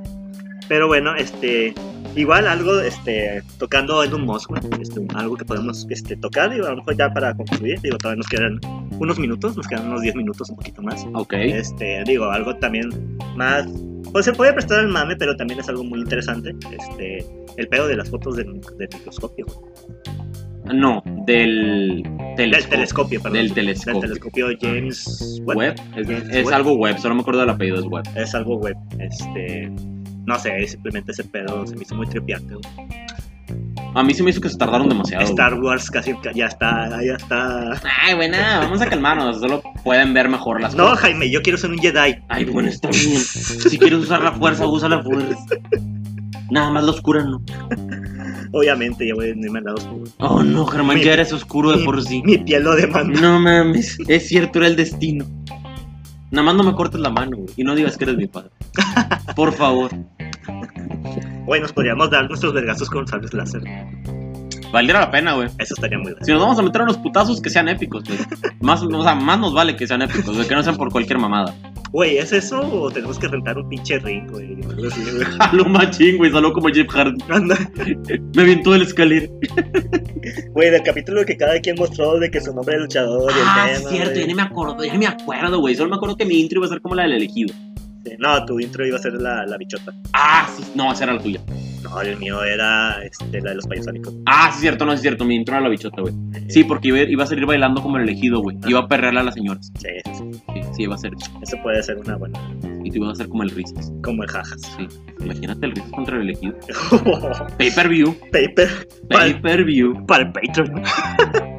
Pero bueno, este. Igual algo, este, tocando en un Musk, güey, este, algo que podemos este, tocar, y a lo mejor ya para concluir, digo, todavía nos quedan unos minutos, nos quedan unos 10 minutos, un poquito más. Ok. Este, digo, algo también más. Pues se puede prestar al mame, pero también es algo muy interesante. Este, el pedo de las fotos del, del microscopio, güey. No, del Del telescopio. telescopio, perdón. Del telescopio. Del telescopio James Webb. Web. Es, Web. es algo web, solo me acuerdo del apellido, es web. Es algo web. Este. No sé, simplemente ese pedo se me hizo muy tripiante. güey. A mí se me hizo que se tardaron demasiado. güey. Star Wars casi ya está, ya está. Ay, buena, vamos a calmarnos. Solo pueden ver mejor las No, cosas. Jaime, yo quiero ser un Jedi. Ay, bueno, está bien. Si quieres usar la fuerza, usa la fuerza. Nada más lo oscura no. Obviamente, ya voy ni me han dado oscuro. Oh, no, Germán, Mi- ya eres oscuro de mi- por sí. Mi piel lo demanda. No mames, es cierto, era el destino. Nada más no me cortes la mano, güey, y no digas que eres mi padre. Por favor. Güey, nos podríamos dar nuestros vergazos con sables láser. Valdría la pena, güey. Eso estaría muy bien. Si nos vamos a meter a unos putazos, que sean épicos, güey. Más, o sea, más nos vale que sean épicos, güey, que no sean por cualquier mamada. Güey, ¿es eso o tenemos que rentar un pinche ring, güey? O algo así, güey. Lo machín, güey, salió como Jeff Hardy. Anda. Me aventó de la escalera. Güey, del capítulo que cada quien mostró de que su nombre es luchador y el Ah, tema, es cierto, güey. ya ni me acuerdo, ya ni me acuerdo, güey. Solo me acuerdo que mi intro iba a ser como la del elegido. Sí, este, No, tu intro iba a ser la, la bichota. Ah, sí, no, esa era la tuya. No, el mío era este, la de los payasónicos. Ah, sí, cierto, no, es cierto, mi intro era la bichota, güey. Sí, porque iba, iba a salir bailando como el elegido, güey. Iba a perrearle a las señoras. Sí, sí, Sí, sí, iba a ser. eso puede ser una buena, Y tú ibas a hacer como el Risas. como el jajas. Sí. Imagínate el Risas contra el elegido. Pay per view. Paper Pay Pal- per view. para el Patreon.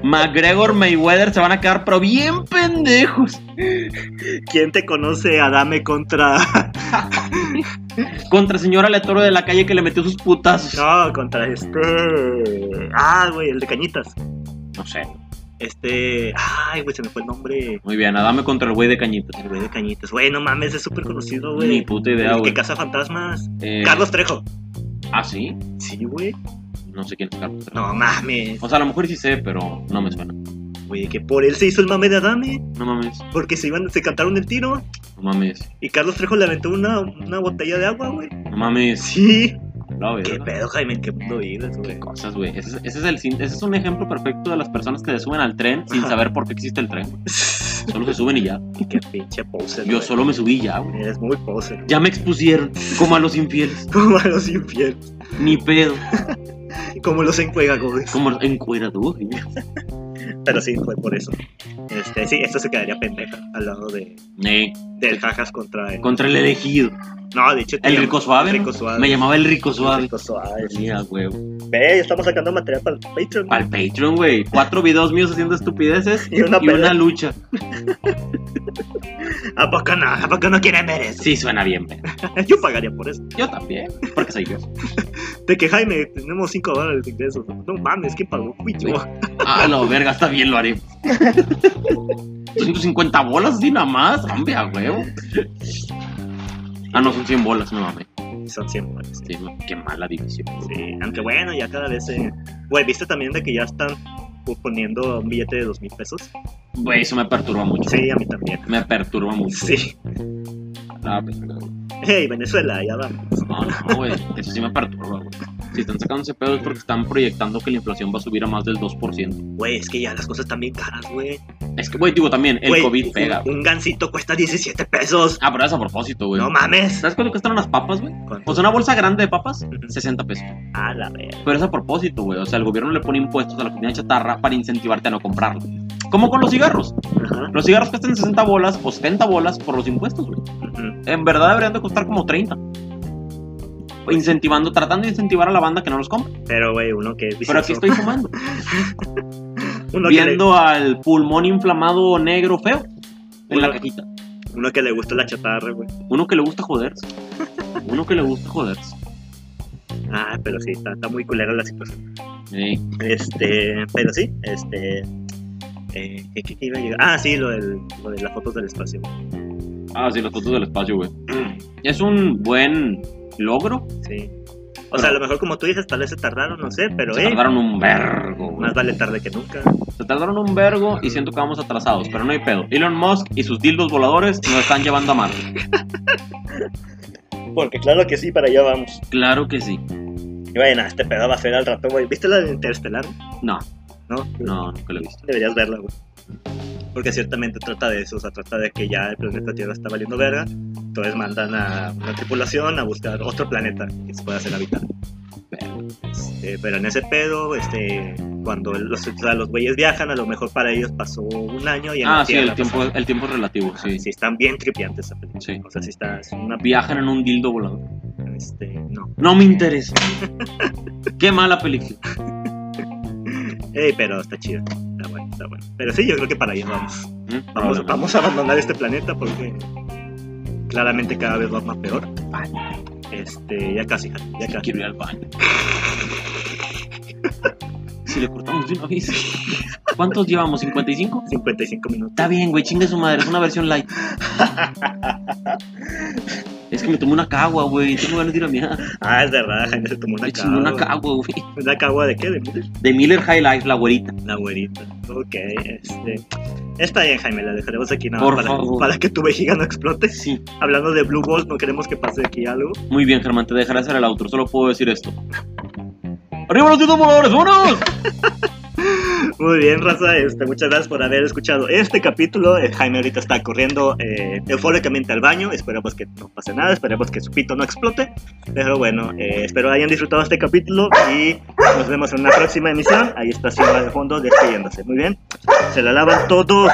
McGregor Mayweather se van a quedar, pero bien pendejos. ¿Quién te conoce, Adame, contra... Contra señora Letoro de la calle que le metió sus putazos. No, No, contra este... Ah, güey, el de Cañitas. sé. Este... Ay, güey, se me fue el nombre. Muy bien, Adame contra el güey de cañitas. El güey de Cañitas. Güey, no mames, es súper conocido, Ni güey. puta idea, El que güey. caza fantasmas. Eh, Carlos Trejo. Ah, sí. Sí, güey. No sé quién es Carlos. Trejo. No mames. O sea, a lo mejor sí sé, pero no me suena. Güey, que por él se hizo el mame de Adame. No mames, Porque se iban, se cantaron el tiro. no mames, Y Carlos Trejo le aventó una, una botella de agua, güey. no mames. Sí. La Qué verga. pedo, Jaime, en qué mundo vives, güey. Cosas, güey. Ese, es- ese es el sin- ese es un ejemplo perfecto de las personas que se suben al tren sin Ajá. saber por qué existe el tren. Solo se suben y ya. qué pinche poser. Yo güey. solo me subí y ya, güey. Eres muy poser. Ya me expusieron, como a los infieles. Como a los infieles. Ni pedo, Como los encuegagos. como los encuerados. güey. Pero sí, fue por eso. Este, sí, esto se quedaría pendeja al lado de. Eh, Del jajas contra el. contra el elegido. No, de hecho. te El llamo- rico suave. El ¿no? rico suave. Me llamaba el rico El suave. rico suave. sí. ah, Mira, güey. Ve, ya estamos sacando material para el Patreon. Al Patreon, güey. Cuatro videos míos haciendo estupideces Y una y una pelea. lucha. ¿A poco no? ¿A poco no quieren ver eso? Sí, suena bien, güey. Yo pagaría por eso. Yo también, porque soy yo. De que Jaime, tenemos 5 dólares de ingresos. No mames, ¿qué pagó? Fui yo. Ah, la verga, está bien, lo haré. 250 bolas, sí, nada más. Hombre, a huevo. Ah, no, son 100 bolas, no mames. Son 100 dólares. Sí, no, qué mala división. Sí, aunque bueno, ya cada vez se. Güey, ¿viste también de que ya están pu- poniendo un billete de dos mil pesos? Güey, eso me perturba mucho. Sí, a mí también. Me perturba mucho. Ah, pues, Sí. La verga, güey. Hey, Venezuela, ya vamos. No, no, güey. Eso sí me perturba, güey. Si están sacando ese pedo es porque están proyectando que la inflación va a subir a más del 2%. Güey, es que ya las cosas están bien caras, güey. Es que, güey, digo también, el Güey, COVID un- pega. güey. Un gansito cuesta 17 pesos. Ah, pero es a propósito, güey. No mames. ¿Sabes cuánto cuestan las papas, güey? ¿Cuánto? Pues una bolsa grande de papas, 60 pesos. A la verga. Pero es a propósito, güey. O sea, el gobierno le pone impuestos a la comida chatarra para incentivarte a no comprarlo. Como con los cigarros. Ajá. Los cigarros cuestan 60 bolas o 70 bolas por los impuestos, güey. Ujú. En verdad deberían de costar como 30. Incentivando, tratando de incentivar a la banda que no los compre. Pero, güey, uno que es Pero aquí vicioso. estoy fumando. Uno que, le, viendo al pulmón inflamado negro feo en la Uno- cajita. uno que le gusta la chatarra, güey. Uno que le gusta joderse. Uno que le gusta joderse. Ah, pero sí, está, está muy culera la situación. Ey. Este, pero sí, este. eh, ¿qué, qué- qué iba a llegar? Ah, sí, lo, del- lo de las fotos del espacio. Ah, sí, las fotos del espacio, güey. Mm. Es un buen logro. Sí. O sea, a lo mejor como tú dices, tal vez se tardaron, no sé, pero Se eh, tardaron un vergo, güey. más vale tarde que nunca. Se tardaron un vergo y siento que vamos atrasados, pero no hay pedo. Elon Musk y sus dildos voladores nos están llevando a Marte. Porque claro que sí, para allá vamos. Claro que sí. Y bueno, este pedo va a ser al rato, güey. ¿Viste la de Interestelar? No, No, no, nunca lo he visto. Deberías verla, güey. Porque ciertamente trata de eso, o sea, trata de que ya el planeta Tierra está valiendo verga. Entonces mandan a una tripulación a buscar otro planeta que se pueda hacer habitar. Este, pero en ese pedo, este, cuando los, o sea, los güeyes viajan, a lo mejor para ellos pasó un año y en la Ah, sí, Tierra el tiempo, el tiempo es relativo, sí. pasó- sí, están bien tripiantes esa película. Sí. O sea, sí está es una Viajan en un dildo volador. este, no. No me interesa. Qué mala película. Ey, pero está chido. Está bueno, está bueno. Pero sí, yo creo que para allá vamos. Mm, Vamos, probablemente. vamos a abandonar este planeta porque claramente cada vez va más peor. Baño. Este, ya casi, Jaime, ya casi. Quiero ir al baño. Si le cortamos de una vez. ¿Cuántos llevamos? ¿55? 55 minutos. Está bien, güey, chingue su madre, es una versión light. es que me tomé una cagua, güey, tengo ganas de ir a mirar. Ah, es verdad, Jaime se tomó Me una chingué una cagua. cagua, güey. ¿Una cagua de qué? ¿De Miller? De Miller High Life, la güerita. La güerita. Ok, este. Está bien, Jaime, la dejaremos aquí nada Por para, favor. para que tu vejiga no explote. Sí. Hablando de Blue Balls, no queremos que pase aquí algo. Muy bien, Germán, te dejaré hacer el outro, solo puedo decir esto. ¡Arriba los dedos voladores, vámonos! Muy bien, raza, este, muchas gracias por haber escuchado este capítulo. Eh, Jaime ahorita está corriendo eh, eufóricamente al baño. Esperemos que no pase nada, esperemos que su pito no explote. Pero bueno, eh, espero hayan disfrutado este capítulo y nos vemos en una próxima emisión. Ahí está Silva de fondo despidiéndose. Muy bien, se la lavan todos.